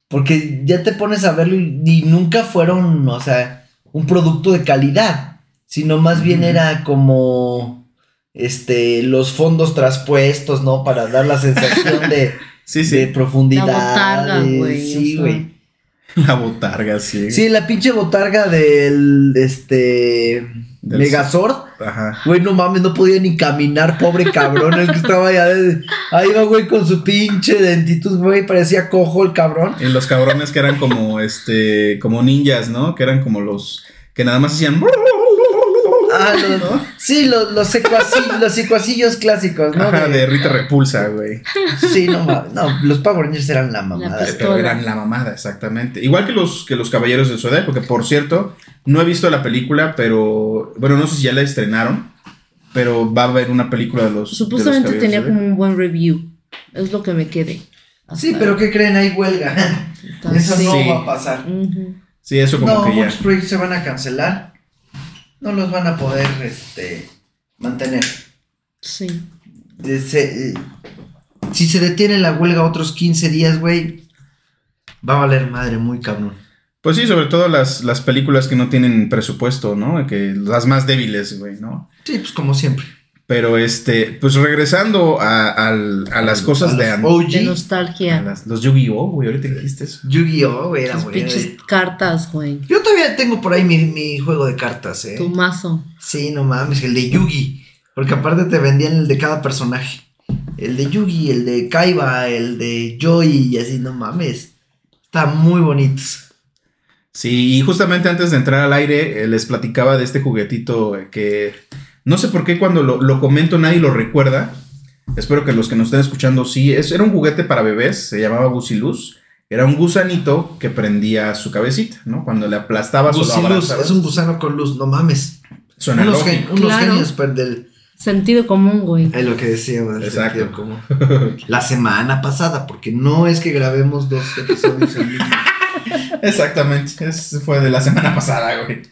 [SPEAKER 2] Porque ya te pones a verlo y, y nunca fueron, o sea, un producto de calidad. Sino más bien
[SPEAKER 1] Ujú.
[SPEAKER 2] era como este los fondos traspuestos, ¿no? Para dar la sensación de,
[SPEAKER 1] Sí,
[SPEAKER 2] de
[SPEAKER 1] sí.
[SPEAKER 2] profundidad.
[SPEAKER 3] La botarga,
[SPEAKER 2] de-
[SPEAKER 3] güey,
[SPEAKER 2] Sí,
[SPEAKER 3] o sea.
[SPEAKER 2] güey.
[SPEAKER 1] La botarga, sí.
[SPEAKER 2] Sí, la pinche botarga del este
[SPEAKER 1] Del-
[SPEAKER 2] Megazord.
[SPEAKER 1] Ajá.
[SPEAKER 2] Güey, no mames, no podía ni caminar, pobre cabrón, el que estaba allá. de- Ahí va, güey, con su pinche dentitud, güey, parecía cojo el cabrón.
[SPEAKER 1] Y los cabrones que eran como, este, como ninjas, ¿no? Que eran como los, que nada más hacían...
[SPEAKER 2] Ajá, los- Ah, Sí, los, los, secuaci- los secuacillos clásicos, ¿no?
[SPEAKER 1] Ajá,
[SPEAKER 2] De-
[SPEAKER 1] de Rita Repulsa, güey.
[SPEAKER 2] Sí, no, ma- no, los Power Rangers eran la mamada.
[SPEAKER 3] peste.
[SPEAKER 1] Pero eran la mamada, exactamente. Igual que los, que los Caballeros del Zodiaco, porque por cierto, no he visto la película, pero bueno, no sé si ya la estrenaron, pero va a haber una película de los. de los
[SPEAKER 3] Supuestamente
[SPEAKER 1] Caballeros
[SPEAKER 3] tenía
[SPEAKER 1] del
[SPEAKER 3] como un buen review. Es lo que me quedé.
[SPEAKER 2] Sí,
[SPEAKER 3] Hasta-
[SPEAKER 2] pero ¿qué creen? Hay huelga.
[SPEAKER 3] entonces-
[SPEAKER 2] Eso no
[SPEAKER 1] Sí.
[SPEAKER 2] va a pasar.
[SPEAKER 3] Ujú.
[SPEAKER 1] Sí, eso como
[SPEAKER 2] No,
[SPEAKER 1] que ya.
[SPEAKER 2] muchos proyectos se van a cancelar. No los van a poder este, mantener.
[SPEAKER 3] Sí.
[SPEAKER 2] De- se- eh, si se detiene la huelga otros 15 días, güey, va a valer madre muy cabrón.
[SPEAKER 1] Pues sí, sobre todo las, las películas que no tienen presupuesto, ¿no? Que las más débiles, güey, ¿no?
[SPEAKER 2] Sí, pues como siempre.
[SPEAKER 1] Pero este, pues regresando a, al- a las
[SPEAKER 2] A
[SPEAKER 1] cosas de
[SPEAKER 2] los
[SPEAKER 1] antes.
[SPEAKER 3] De
[SPEAKER 2] OG.
[SPEAKER 1] A
[SPEAKER 3] nostalgia.
[SPEAKER 1] las- los Yu-Gi-Oh, güey, ahorita que dijiste eso.
[SPEAKER 2] Yu-Gi-Oh, güey, era
[SPEAKER 3] Las
[SPEAKER 2] bueno.
[SPEAKER 3] pinches cartas, güey.
[SPEAKER 2] Yo todavía tengo por ahí mi, mi juego de cartas, ¿eh?
[SPEAKER 3] Tu mazo.
[SPEAKER 2] Sí, no mames, el de Yugi. Porque aparte te vendían el de cada personaje. El de Yugi, el de Kaiba, el de Joy y así, no mames. Están muy bonitos.
[SPEAKER 1] Sí, y justamente antes de entrar al aire eh, les platicaba de este juguetito eh, que no sé por qué cuando lo, lo comento nadie lo recuerda. Espero que los que nos estén escuchando sí. Es, era un juguete para bebés, se llamaba Gusiluz. Era un gusanito que prendía su cabecita, ¿no? Cuando le aplastabas o lo
[SPEAKER 2] Gusiluz,
[SPEAKER 1] abrazabas.
[SPEAKER 2] es un gusano con luz, no mames.
[SPEAKER 1] Suena
[SPEAKER 2] unos
[SPEAKER 1] lógico.
[SPEAKER 2] gen- unos
[SPEAKER 3] Claro.
[SPEAKER 2] genios, pero del.
[SPEAKER 3] Sentido común, güey.
[SPEAKER 2] Es lo que decíamos. el
[SPEAKER 1] Exacto.
[SPEAKER 2] sentido común. La semana pasada, porque no es que grabemos dos episodios en mismo.
[SPEAKER 1] Exactamente, es, fue de la semana pasada, güey.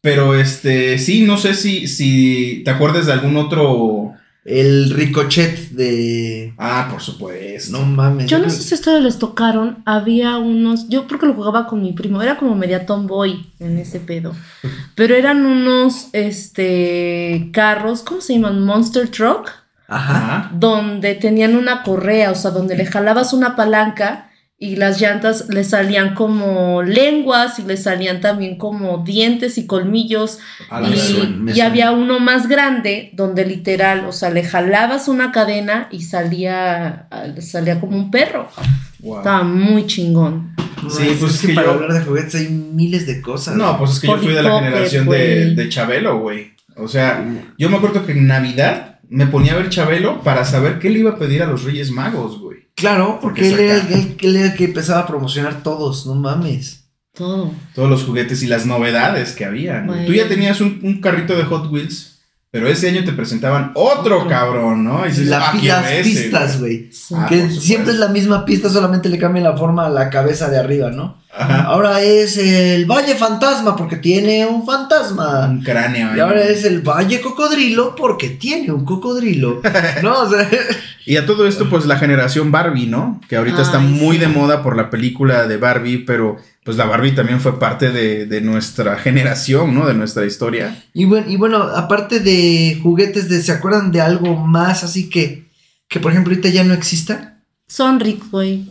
[SPEAKER 1] Pero este, sí, no sé si, si te acuerdas de algún otro.
[SPEAKER 2] El ricochet de.
[SPEAKER 1] Ah, por supuesto.
[SPEAKER 2] No mames.
[SPEAKER 3] Yo no
[SPEAKER 2] creo-
[SPEAKER 3] sé si ustedes les tocaron, había unos, yo creo que lo jugaba con mi primo, era como media tomboy en ese pedo, pero eran unos, este, carros, ¿cómo se llaman? Monster Truck,
[SPEAKER 2] Ajá.
[SPEAKER 1] Ajá.
[SPEAKER 3] donde tenían una correa, o sea, donde le jalabas una palanca y las llantas le salían como lenguas y le salían también como dientes y colmillos
[SPEAKER 1] A
[SPEAKER 2] la
[SPEAKER 3] y,
[SPEAKER 2] Ah, me suena, me
[SPEAKER 3] y
[SPEAKER 2] suena.
[SPEAKER 3] había uno más grande donde literal, o sea, le jalabas una cadena y salía, salía como un perro.
[SPEAKER 1] Wow.
[SPEAKER 3] Estaba muy chingón.
[SPEAKER 2] No,
[SPEAKER 1] Sí,
[SPEAKER 2] es-
[SPEAKER 1] pues
[SPEAKER 2] es que
[SPEAKER 1] que
[SPEAKER 2] para
[SPEAKER 1] yo-
[SPEAKER 2] hablar de juguetes hay miles de cosas.
[SPEAKER 1] No, pues es que yo fui de la
[SPEAKER 3] Polly
[SPEAKER 1] generación
[SPEAKER 3] Pocket,
[SPEAKER 1] de,
[SPEAKER 3] güey.
[SPEAKER 1] de Chabelo, güey. O sea, yo me acuerdo que en Navidad me ponía a ver Chabelo para saber qué le iba a pedir a los Reyes Magos, güey.
[SPEAKER 2] Claro, porque
[SPEAKER 1] Porque
[SPEAKER 2] él era, el,
[SPEAKER 1] saca-
[SPEAKER 2] él- él era el que empezaba a promocionar todos, no mames.
[SPEAKER 3] Todo.
[SPEAKER 1] Todos los juguetes y las novedades que había. ¿no?
[SPEAKER 3] Güey.
[SPEAKER 1] Tú ya tenías un, un carrito de Hot Wheels, pero ese año te presentaban otro,
[SPEAKER 3] Otro.
[SPEAKER 1] cabrón, ¿no? Y dices,
[SPEAKER 2] La-
[SPEAKER 1] "Ah, quiero
[SPEAKER 2] las
[SPEAKER 1] ese,
[SPEAKER 2] pistas,
[SPEAKER 1] güey".
[SPEAKER 2] güey.
[SPEAKER 3] Sí.
[SPEAKER 1] Ah, por
[SPEAKER 2] que
[SPEAKER 1] supuesto.
[SPEAKER 2] siempre es la misma pista, solamente le cambian la forma a la cabeza de arriba, ¿no?
[SPEAKER 1] Ajá.
[SPEAKER 2] Ahora es el Valle Fantasma porque tiene un fantasma.
[SPEAKER 1] Un cráneo. ahí.
[SPEAKER 2] Y ahora es el Valle Cocodrilo porque tiene un cocodrilo. No, o sea,
[SPEAKER 1] Y a todo esto, pues la generación Barbie, ¿no? Que ahorita está
[SPEAKER 3] Ay,
[SPEAKER 1] muy
[SPEAKER 3] sí.
[SPEAKER 1] de moda por la película de Barbie, pero pues la Barbie también fue parte de, de nuestra generación, ¿no? De nuestra historia.
[SPEAKER 2] Y bueno, y bueno, aparte de juguetes, de, ¿se acuerdan de algo más así que, que por ejemplo ahorita ya no exista?
[SPEAKER 3] Sonrix, güey.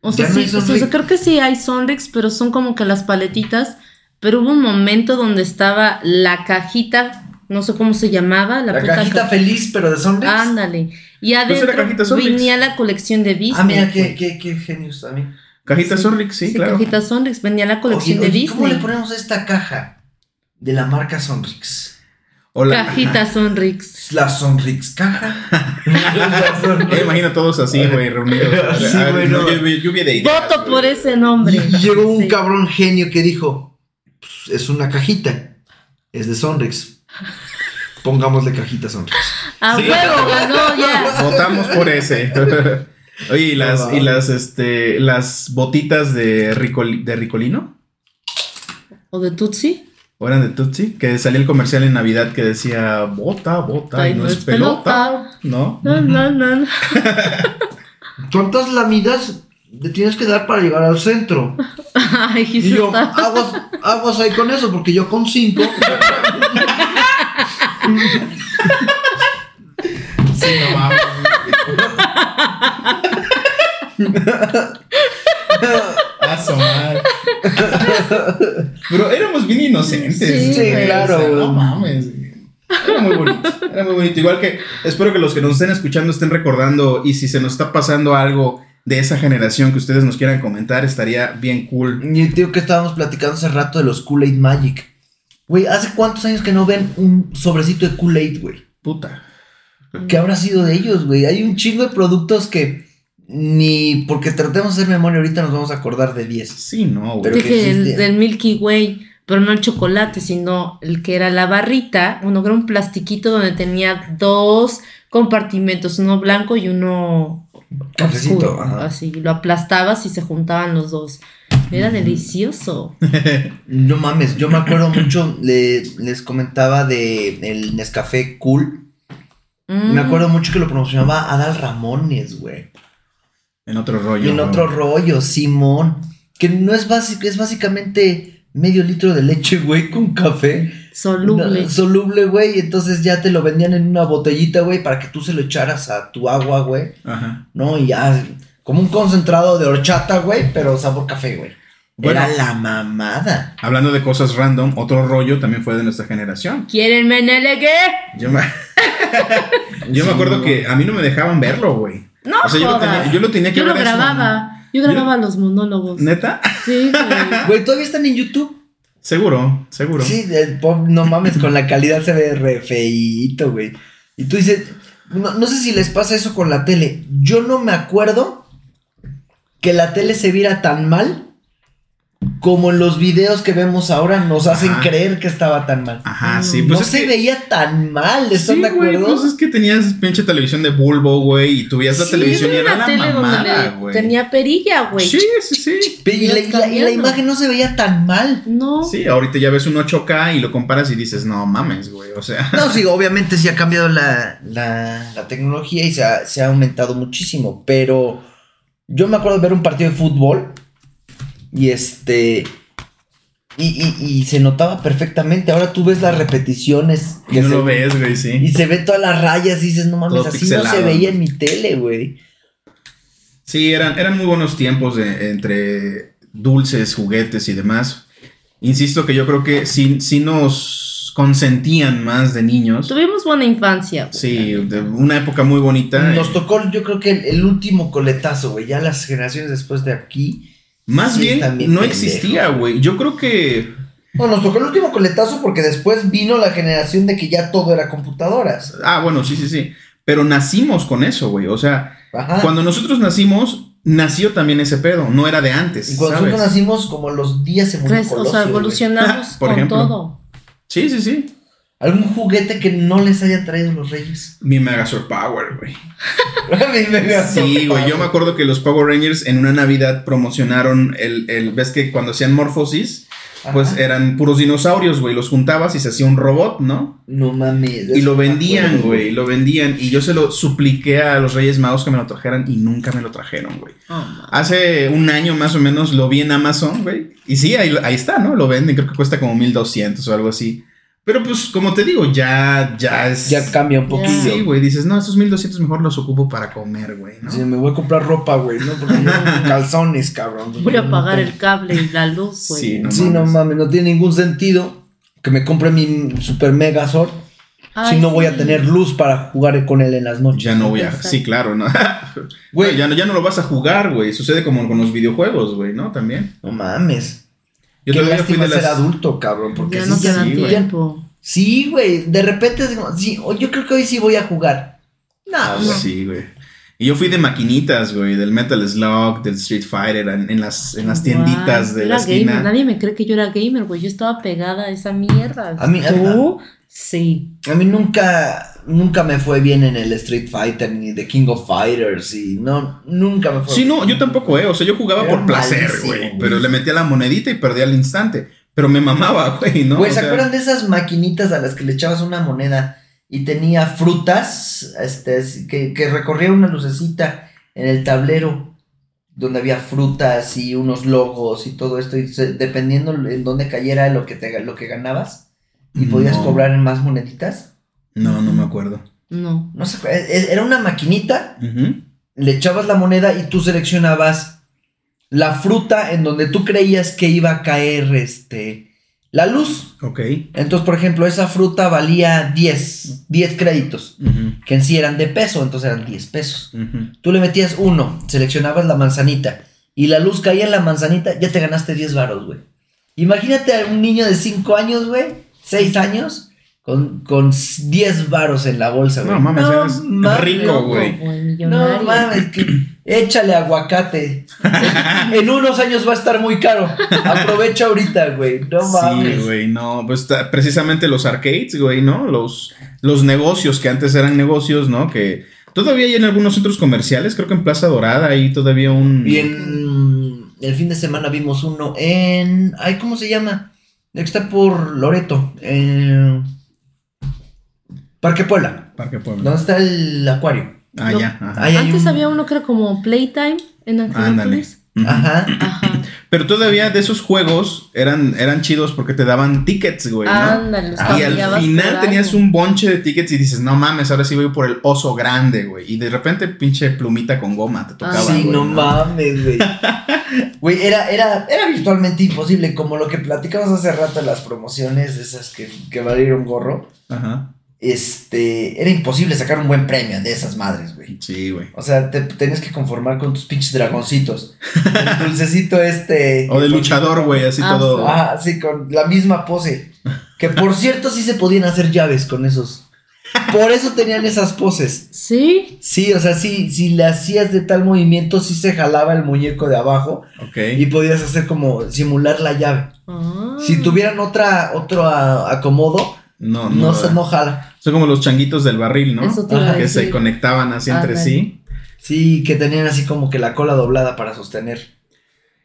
[SPEAKER 3] O sea,
[SPEAKER 2] ¿Ya no
[SPEAKER 3] sí,
[SPEAKER 2] hay
[SPEAKER 3] o sea,
[SPEAKER 2] Sonrix?
[SPEAKER 3] creo que sí hay Sonrix, pero son como que las paletitas. Pero hubo un momento donde estaba la cajita, no sé cómo se llamaba, la,
[SPEAKER 2] La,
[SPEAKER 3] puta
[SPEAKER 2] cajita
[SPEAKER 3] ca-
[SPEAKER 2] feliz, pero de Sonrix. Ah,
[SPEAKER 3] Ándale. Y
[SPEAKER 1] era
[SPEAKER 3] adentro
[SPEAKER 1] cajita Sonrix.
[SPEAKER 3] venía la colección de Disney.
[SPEAKER 2] mira, qué,
[SPEAKER 3] güey.
[SPEAKER 2] qué, qué genios también.
[SPEAKER 1] Cajita
[SPEAKER 3] Sí.
[SPEAKER 1] Zorrix, sí,
[SPEAKER 3] Sí,
[SPEAKER 1] claro.
[SPEAKER 3] cajita Sonrix, venía la colección
[SPEAKER 2] Oye,
[SPEAKER 3] de
[SPEAKER 2] oye, ¿Cómo le
[SPEAKER 3] Disney.
[SPEAKER 2] ponemos a esta caja de la marca Sonrix?
[SPEAKER 1] O la-
[SPEAKER 3] Cajita Sonrix.
[SPEAKER 2] La Sonrix caja. La Sonrix.
[SPEAKER 1] Eh, imagino todos así, güey, reunidos.
[SPEAKER 2] Sí,
[SPEAKER 1] A ver,
[SPEAKER 2] güey, no.
[SPEAKER 1] lluvia, lluvia de ideas,
[SPEAKER 3] Voto
[SPEAKER 1] güey.
[SPEAKER 3] por ese nombre.
[SPEAKER 2] Y llegó un
[SPEAKER 3] Sí.
[SPEAKER 2] cabrón genio que dijo: "Pues, Es una cajita, es de Sonrix. Pongámosle cajita Sonrix.
[SPEAKER 3] A
[SPEAKER 1] Sí.
[SPEAKER 3] huevo ganó ya.
[SPEAKER 1] Votamos por ese. Oye, y las, y las, este, las botitas de, Ricol- de Ricolino,
[SPEAKER 3] ¿O de Tutsi?
[SPEAKER 1] o eran de Tutsi, que salía el comercial en Navidad que decía bota, bota, y no
[SPEAKER 3] pues,
[SPEAKER 1] es pelota, ¿no?
[SPEAKER 3] No, no, no. no.
[SPEAKER 2] ¿Cuántas lamidas le tienes que dar para llegar al centro?
[SPEAKER 3] Ay,
[SPEAKER 2] Y
[SPEAKER 3] Jesús.
[SPEAKER 2] yo, aguas, aguas ahí con eso, porque yo con cinco.
[SPEAKER 1] Sí, no mames. Asomar. Pero éramos bien inocentes.
[SPEAKER 3] Sí,
[SPEAKER 1] güey,
[SPEAKER 3] sí,
[SPEAKER 2] claro,
[SPEAKER 1] o sea, no
[SPEAKER 2] güey.
[SPEAKER 1] mames. güey. Era muy bonito. Era muy bonito. Igual que espero que los que nos estén escuchando estén recordando y si se nos está pasando algo de esa generación que ustedes nos quieran comentar, estaría bien cool.
[SPEAKER 2] Y el tío que estábamos platicando hace rato de los Kool-Aid Magic. Güey, ¿hace cuántos años que no ven un sobrecito de Kool-Aid, güey?
[SPEAKER 1] Puta.
[SPEAKER 2] ¿Qué habrá sido de ellos, güey? Hay un chingo de productos que ni porque tratemos de hacer memoria ahorita nos vamos a acordar de 10.
[SPEAKER 1] Sí, no, güey.
[SPEAKER 2] Pero que
[SPEAKER 3] Dije del,
[SPEAKER 2] existe.
[SPEAKER 3] del Milky Way, pero no el chocolate, sino el que era la barrita, uno que era un plastiquito donde tenía dos compartimentos, uno blanco y uno
[SPEAKER 2] Cafecito,
[SPEAKER 3] oscuro.
[SPEAKER 2] ajá.
[SPEAKER 3] Así, lo aplastabas y se juntaban los dos. Era delicioso.
[SPEAKER 2] No mames, yo me acuerdo mucho, le- les comentaba de el Nescafé Cool.
[SPEAKER 3] Mm.
[SPEAKER 2] Me acuerdo mucho que lo promocionaba Adal Ramones, güey.
[SPEAKER 1] En otro rollo.
[SPEAKER 2] Y en
[SPEAKER 1] güey.
[SPEAKER 2] otro rollo, Simón. Que no es básico, es básicamente medio litro de leche, güey, con café.
[SPEAKER 3] Soluble.
[SPEAKER 2] No, soluble, güey. Entonces ya te lo vendían en una botellita, güey, para que tú se lo echaras a tu agua, güey.
[SPEAKER 1] Ajá.
[SPEAKER 2] ¿No? Y ya, como un concentrado de horchata, güey, pero sabor café, güey.
[SPEAKER 1] Bueno.
[SPEAKER 2] Era la mamada.
[SPEAKER 1] Hablando de cosas random, otro rollo también fue de nuestra generación.
[SPEAKER 3] ¿Quieren menele qué?
[SPEAKER 1] Yo me, yo me acuerdo que a mí no me dejaban verlo, güey.
[SPEAKER 3] No,
[SPEAKER 1] O sea, yo lo,
[SPEAKER 3] jodas.
[SPEAKER 1] tenía, yo lo tenía que
[SPEAKER 3] Yo lo
[SPEAKER 1] ver. a eso,
[SPEAKER 3] grababa. Yo grababa los monólogos.
[SPEAKER 1] ¿no? ¿Neta?
[SPEAKER 3] Sí, güey.
[SPEAKER 2] Güey, ¿todavía están en YouTube?
[SPEAKER 1] Seguro, seguro.
[SPEAKER 2] Sí, el pop, no mames, con la calidad se ve re feíto, güey. Y tú dices, no, no sé si les pasa eso con la tele. Yo no me acuerdo que la tele se viera tan mal como en los videos que vemos ahora nos hacen
[SPEAKER 1] Ajá.
[SPEAKER 2] creer que estaba tan mal.
[SPEAKER 1] Ajá, sí.
[SPEAKER 2] no
[SPEAKER 1] Pues es
[SPEAKER 2] se
[SPEAKER 1] que-
[SPEAKER 2] veía tan mal, ¿están
[SPEAKER 1] sí,
[SPEAKER 2] de
[SPEAKER 1] güey,
[SPEAKER 2] acuerdo?
[SPEAKER 1] pues es que tenías pinche televisión de bulbo, güey, y tú veías la
[SPEAKER 3] Sí,
[SPEAKER 1] televisión y
[SPEAKER 3] yo tenía
[SPEAKER 1] era
[SPEAKER 3] una
[SPEAKER 1] la
[SPEAKER 3] tele donde
[SPEAKER 1] mamada,
[SPEAKER 3] le-
[SPEAKER 1] güey.
[SPEAKER 3] tenía perilla, güey.
[SPEAKER 1] Sí, sí, sí.
[SPEAKER 2] Pe- y, la, y la- y la
[SPEAKER 3] Cambiando.
[SPEAKER 2] imagen no se veía tan mal.
[SPEAKER 3] No.
[SPEAKER 1] Sí, ahorita ya ves un 8K y lo comparas y dices, no mames, güey, o sea.
[SPEAKER 2] No, sí, obviamente sí ha cambiado la, la- la tecnología y se ha, se ha aumentado muchísimo, pero yo me acuerdo de ver un partido de fútbol y este... Y, y- y se notaba perfectamente. Ahora tú ves las repeticiones
[SPEAKER 1] Y
[SPEAKER 2] que
[SPEAKER 1] no
[SPEAKER 2] se-
[SPEAKER 1] lo ves, güey,
[SPEAKER 2] y
[SPEAKER 1] sí.
[SPEAKER 2] se ve todas las rayas y dices, no mames,
[SPEAKER 1] Todo
[SPEAKER 2] así no se
[SPEAKER 1] pixelado.
[SPEAKER 2] veía en mi tele, güey.
[SPEAKER 1] Sí, eran, eran muy buenos tiempos de- entre dulces, juguetes y demás. Insisto que yo creo que sí, sí nos consentían más de niños.
[SPEAKER 3] Tuvimos buena infancia. güey.
[SPEAKER 1] Sí, de una época muy bonita.
[SPEAKER 2] Nos
[SPEAKER 1] Eh,
[SPEAKER 2] tocó, yo creo que el, el último coletazo, güey. Ya las generaciones después de aquí.
[SPEAKER 1] Más
[SPEAKER 2] sí,
[SPEAKER 1] bien,
[SPEAKER 2] también
[SPEAKER 1] no
[SPEAKER 2] pendejo.
[SPEAKER 1] existía, güey. Yo creo que...
[SPEAKER 2] No, nos tocó el último coletazo porque después vino la generación de que ya todo era computadoras.
[SPEAKER 1] Ah, bueno, sí, sí, sí. Pero nacimos con eso, güey. O sea,
[SPEAKER 2] Ajá.
[SPEAKER 1] Cuando nosotros nacimos, nació también ese pedo, no era de antes.
[SPEAKER 2] Y cuando
[SPEAKER 1] ¿sabes?
[SPEAKER 2] nosotros nacimos, como los días se
[SPEAKER 3] Tres, o sea, evolucionamos
[SPEAKER 1] Por
[SPEAKER 3] con
[SPEAKER 1] ejemplo.
[SPEAKER 3] todo.
[SPEAKER 1] Sí, sí, sí.
[SPEAKER 2] Algún juguete que no les haya traído los reyes.
[SPEAKER 1] Mi Megazord Power, güey.
[SPEAKER 2] Mi mega
[SPEAKER 1] Sí,
[SPEAKER 2] sopa,
[SPEAKER 1] güey. Yo me acuerdo que los Power Rangers en una Navidad promocionaron el. el ¿Ves que cuando hacían morfosis?
[SPEAKER 2] Ajá.
[SPEAKER 1] Pues eran puros dinosaurios, güey. Los juntabas y se hacía un robot, ¿no?
[SPEAKER 2] No mames.
[SPEAKER 1] Y lo vendían, güey. Lo vendían. Y yo se lo supliqué a los Reyes Magos que me lo trajeran y nunca me lo trajeron, güey.
[SPEAKER 3] Ah,
[SPEAKER 1] Hace un año más o menos lo vi en Amazon, güey. Y sí, ahí, ahí está, ¿no? Lo venden, creo que cuesta como 1200 o algo así. Pero pues, como te digo, ya, ya es.
[SPEAKER 2] Ya cambia un
[SPEAKER 3] Ya.
[SPEAKER 2] poquillo.
[SPEAKER 1] Sí, güey. Dices, no, estos 1200 mejor los ocupo para comer, güey, ¿no?
[SPEAKER 2] Sí, me voy a comprar ropa, güey, ¿no? Porque no, calzones, cabrón.
[SPEAKER 3] Voy a pagar
[SPEAKER 2] el
[SPEAKER 3] el cable y la luz, güey.
[SPEAKER 1] Sí, no.
[SPEAKER 2] Sí, no mames, no tiene ningún sentido que me compre mi super mega sort
[SPEAKER 3] Ay,
[SPEAKER 2] si no voy a
[SPEAKER 3] sí.
[SPEAKER 2] tener luz para jugar con él en las noches.
[SPEAKER 1] Ya no voy a.
[SPEAKER 3] Exacto.
[SPEAKER 1] Sí, claro, ¿no? Güey,
[SPEAKER 2] Güey,
[SPEAKER 1] ya, no, ya no lo vas a jugar, güey. Sucede como con los videojuegos, güey, ¿no? También.
[SPEAKER 2] no mames.
[SPEAKER 1] Yo
[SPEAKER 2] Qué
[SPEAKER 1] todavía fui
[SPEAKER 2] lástima
[SPEAKER 1] de
[SPEAKER 2] ser
[SPEAKER 1] las.
[SPEAKER 2] adulto, cabrón, porque
[SPEAKER 3] Ya
[SPEAKER 2] sí,
[SPEAKER 3] no te
[SPEAKER 2] ya-
[SPEAKER 3] dan
[SPEAKER 1] sí, güey.
[SPEAKER 3] tiempo.
[SPEAKER 2] Sí, güey, de repente es como, sí, hoy- yo creo que hoy sí voy a jugar.
[SPEAKER 1] Ah,
[SPEAKER 2] No,
[SPEAKER 1] güey,
[SPEAKER 2] güey.
[SPEAKER 1] Sí, güey. Y yo fui de maquinitas, güey, del Metal Slug, del Street Fighter, en, en las, en las tienditas
[SPEAKER 3] Guau,
[SPEAKER 1] de
[SPEAKER 3] yo
[SPEAKER 1] la
[SPEAKER 3] era gamer.
[SPEAKER 1] esquina.
[SPEAKER 3] Nadie me cree que yo era gamer, güey. Yo estaba pegada a esa mierda.
[SPEAKER 2] A mí-
[SPEAKER 3] ¿Tú? Sí.
[SPEAKER 2] A mí nunca, nunca me fue bien en el Street Fighter ni The King of Fighters y no, nunca me fue
[SPEAKER 1] Sí,
[SPEAKER 2] bien.
[SPEAKER 1] no, yo tampoco, eh. O sea, yo jugaba
[SPEAKER 2] Era
[SPEAKER 1] por placer,
[SPEAKER 2] malísimo,
[SPEAKER 1] güey.
[SPEAKER 2] güey.
[SPEAKER 1] Pero le metía la monedita y perdía al instante. Pero me mamaba, güey, ¿no?
[SPEAKER 2] Güey,
[SPEAKER 1] O
[SPEAKER 2] ¿se
[SPEAKER 1] sea,
[SPEAKER 2] acuerdan de esas maquinitas a las que le echabas una moneda y tenía frutas, este, así que, que recorría una lucecita en el tablero donde había frutas y unos logos y todo esto y se- dependiendo en dónde cayera lo que te, lo que ganabas y podías
[SPEAKER 1] No.
[SPEAKER 2] cobrar en más moneditas?
[SPEAKER 1] No, no me acuerdo.
[SPEAKER 3] No.
[SPEAKER 2] No sé, e- e- era una maquinita,
[SPEAKER 1] Ujú.
[SPEAKER 2] le echabas la moneda y tú seleccionabas la fruta en donde tú creías que iba a caer este la luz.
[SPEAKER 1] Ok.
[SPEAKER 2] Entonces, por ejemplo, esa fruta valía 10, 10 créditos,
[SPEAKER 1] Ujú,
[SPEAKER 2] que en sí eran de peso, entonces eran 10 pesos.
[SPEAKER 1] ujú.
[SPEAKER 2] Tú le metías uno, seleccionabas la manzanita y la luz caía en la manzanita, ya te ganaste 10 varos, güey. Imagínate a un niño de 5 años, güey, seis años con, con 10 varos en la bolsa, güey.
[SPEAKER 1] No mames,
[SPEAKER 2] No
[SPEAKER 1] eres
[SPEAKER 2] mames,
[SPEAKER 1] rico,
[SPEAKER 3] Loco,
[SPEAKER 1] güey.
[SPEAKER 3] millonario.
[SPEAKER 2] No mames, que échale aguacate. en unos años va a estar muy caro. Aprovecha ahorita, güey. No
[SPEAKER 1] Sí,
[SPEAKER 2] mames.
[SPEAKER 1] güey, no, pues ta- precisamente los arcades, güey, ¿no? Los, los negocios que antes eran negocios, ¿no? Que todavía hay en algunos centros comerciales, creo que en Plaza Dorada hay todavía un...
[SPEAKER 2] y en el fin de semana vimos uno en. Ay, ¿cómo se llama? Está por Loreto. en Parque Puebla.
[SPEAKER 1] Parque Puebla.
[SPEAKER 2] ¿Dónde está el acuario?
[SPEAKER 1] Ah,
[SPEAKER 3] No.
[SPEAKER 1] ya, ajá.
[SPEAKER 2] Ahí hay
[SPEAKER 3] Antes
[SPEAKER 2] un-
[SPEAKER 3] había uno que era como Playtime en
[SPEAKER 1] Ándale.
[SPEAKER 3] Angelópolis.
[SPEAKER 1] Ujú.
[SPEAKER 2] Ajá.
[SPEAKER 3] Ajá.
[SPEAKER 1] Pero todavía de esos juegos eran, eran chidos porque te daban tickets, güey, ¿no?
[SPEAKER 2] Ah,
[SPEAKER 1] Ah,
[SPEAKER 3] Ándale, los
[SPEAKER 1] y al
[SPEAKER 3] cambiabas
[SPEAKER 1] final
[SPEAKER 3] por
[SPEAKER 1] tenías
[SPEAKER 3] algo.
[SPEAKER 1] un bonche de tickets y dices, no mames, ahora sí voy por el oso grande, güey. Y de repente, pinche plumita con goma te tocaba.
[SPEAKER 3] Ah,
[SPEAKER 2] sí,
[SPEAKER 1] güey,
[SPEAKER 2] no mames, güey. Güey, era, era, era virtualmente imposible, como lo que platicamos hace rato en las promociones, de esas que, que valieron gorro.
[SPEAKER 1] Ajá.
[SPEAKER 2] Este, era imposible sacar un buen premio de esas madres, güey.
[SPEAKER 1] Sí, güey.
[SPEAKER 2] O sea, te tenías que conformar con tus pinches dragoncitos. El dulcecito este.
[SPEAKER 1] O de luchador, güey, así
[SPEAKER 3] Ah,
[SPEAKER 1] todo.
[SPEAKER 2] Ah, sí, con la misma pose. Que por cierto, sí se podían hacer llaves con esos. Por eso tenían esas poses.
[SPEAKER 3] Sí,
[SPEAKER 2] Sí, o sea, sí, si le hacías de tal movimiento, sí se jalaba el muñeco de abajo
[SPEAKER 1] Ok.
[SPEAKER 2] y podías hacer como simular la llave.
[SPEAKER 3] Ah.
[SPEAKER 2] Si tuvieran otra, otro a- acomodo,
[SPEAKER 1] No,
[SPEAKER 2] no,
[SPEAKER 1] no. eh,
[SPEAKER 2] se no jala.
[SPEAKER 1] Son como los changuitos del barril, ¿no?
[SPEAKER 3] Eso te iba a
[SPEAKER 2] Ajá,
[SPEAKER 1] que se
[SPEAKER 3] decir.
[SPEAKER 1] conectaban así entre
[SPEAKER 3] Ándale.
[SPEAKER 1] sí.
[SPEAKER 2] Sí, que tenían así como que la cola doblada para sostener.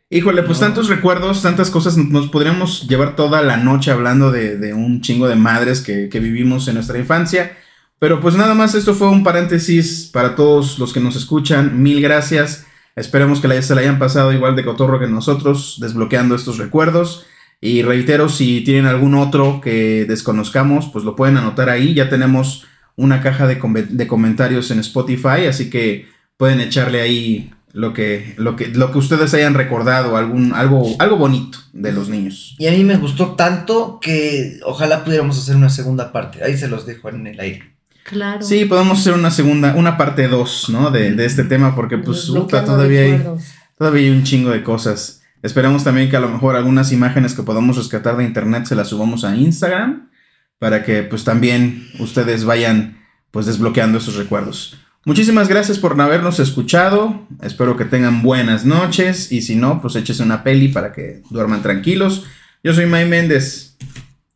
[SPEAKER 1] Híjole, pues
[SPEAKER 2] No.
[SPEAKER 1] tantos recuerdos, tantas cosas, nos podríamos llevar toda la noche hablando de, de un chingo de madres que, que vivimos en nuestra infancia. Pero pues nada más, esto fue un paréntesis para todos los que nos escuchan. Mil gracias. Esperemos que la- se la hayan pasado igual de cotorro que nosotros, desbloqueando estos recuerdos. Y reitero, si tienen algún otro que desconozcamos, pues lo pueden anotar ahí. Ya tenemos una caja de, come- de comentarios en Spotify, así que pueden echarle ahí lo que, lo que, lo que ustedes hayan recordado, algún, algo, algo bonito de los niños.
[SPEAKER 2] Y a mí me gustó tanto que ojalá pudiéramos hacer una segunda parte. Ahí se los dejo en el aire.
[SPEAKER 3] claro.
[SPEAKER 1] Sí, podemos hacer una segunda, una parte 2, ¿no? De, de este tema, porque pues puta,
[SPEAKER 3] Desbloqueando
[SPEAKER 1] todavía hay,
[SPEAKER 3] recuerdos.
[SPEAKER 1] todavía hay un chingo de cosas. Esperamos también que a lo mejor algunas imágenes que podamos rescatar de internet se las subamos a Instagram para que pues también ustedes vayan pues desbloqueando esos recuerdos. Muchísimas gracias por habernos escuchado. Espero que tengan buenas noches y si no, pues échese una peli para que duerman tranquilos. Yo soy May Méndez.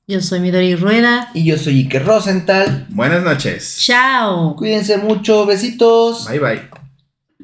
[SPEAKER 3] Yo soy Midori Rueda.
[SPEAKER 2] Y yo soy Iker Rosenthal.
[SPEAKER 1] Buenas noches.
[SPEAKER 3] Chao.
[SPEAKER 2] Cuídense mucho, besitos.
[SPEAKER 1] Bye bye.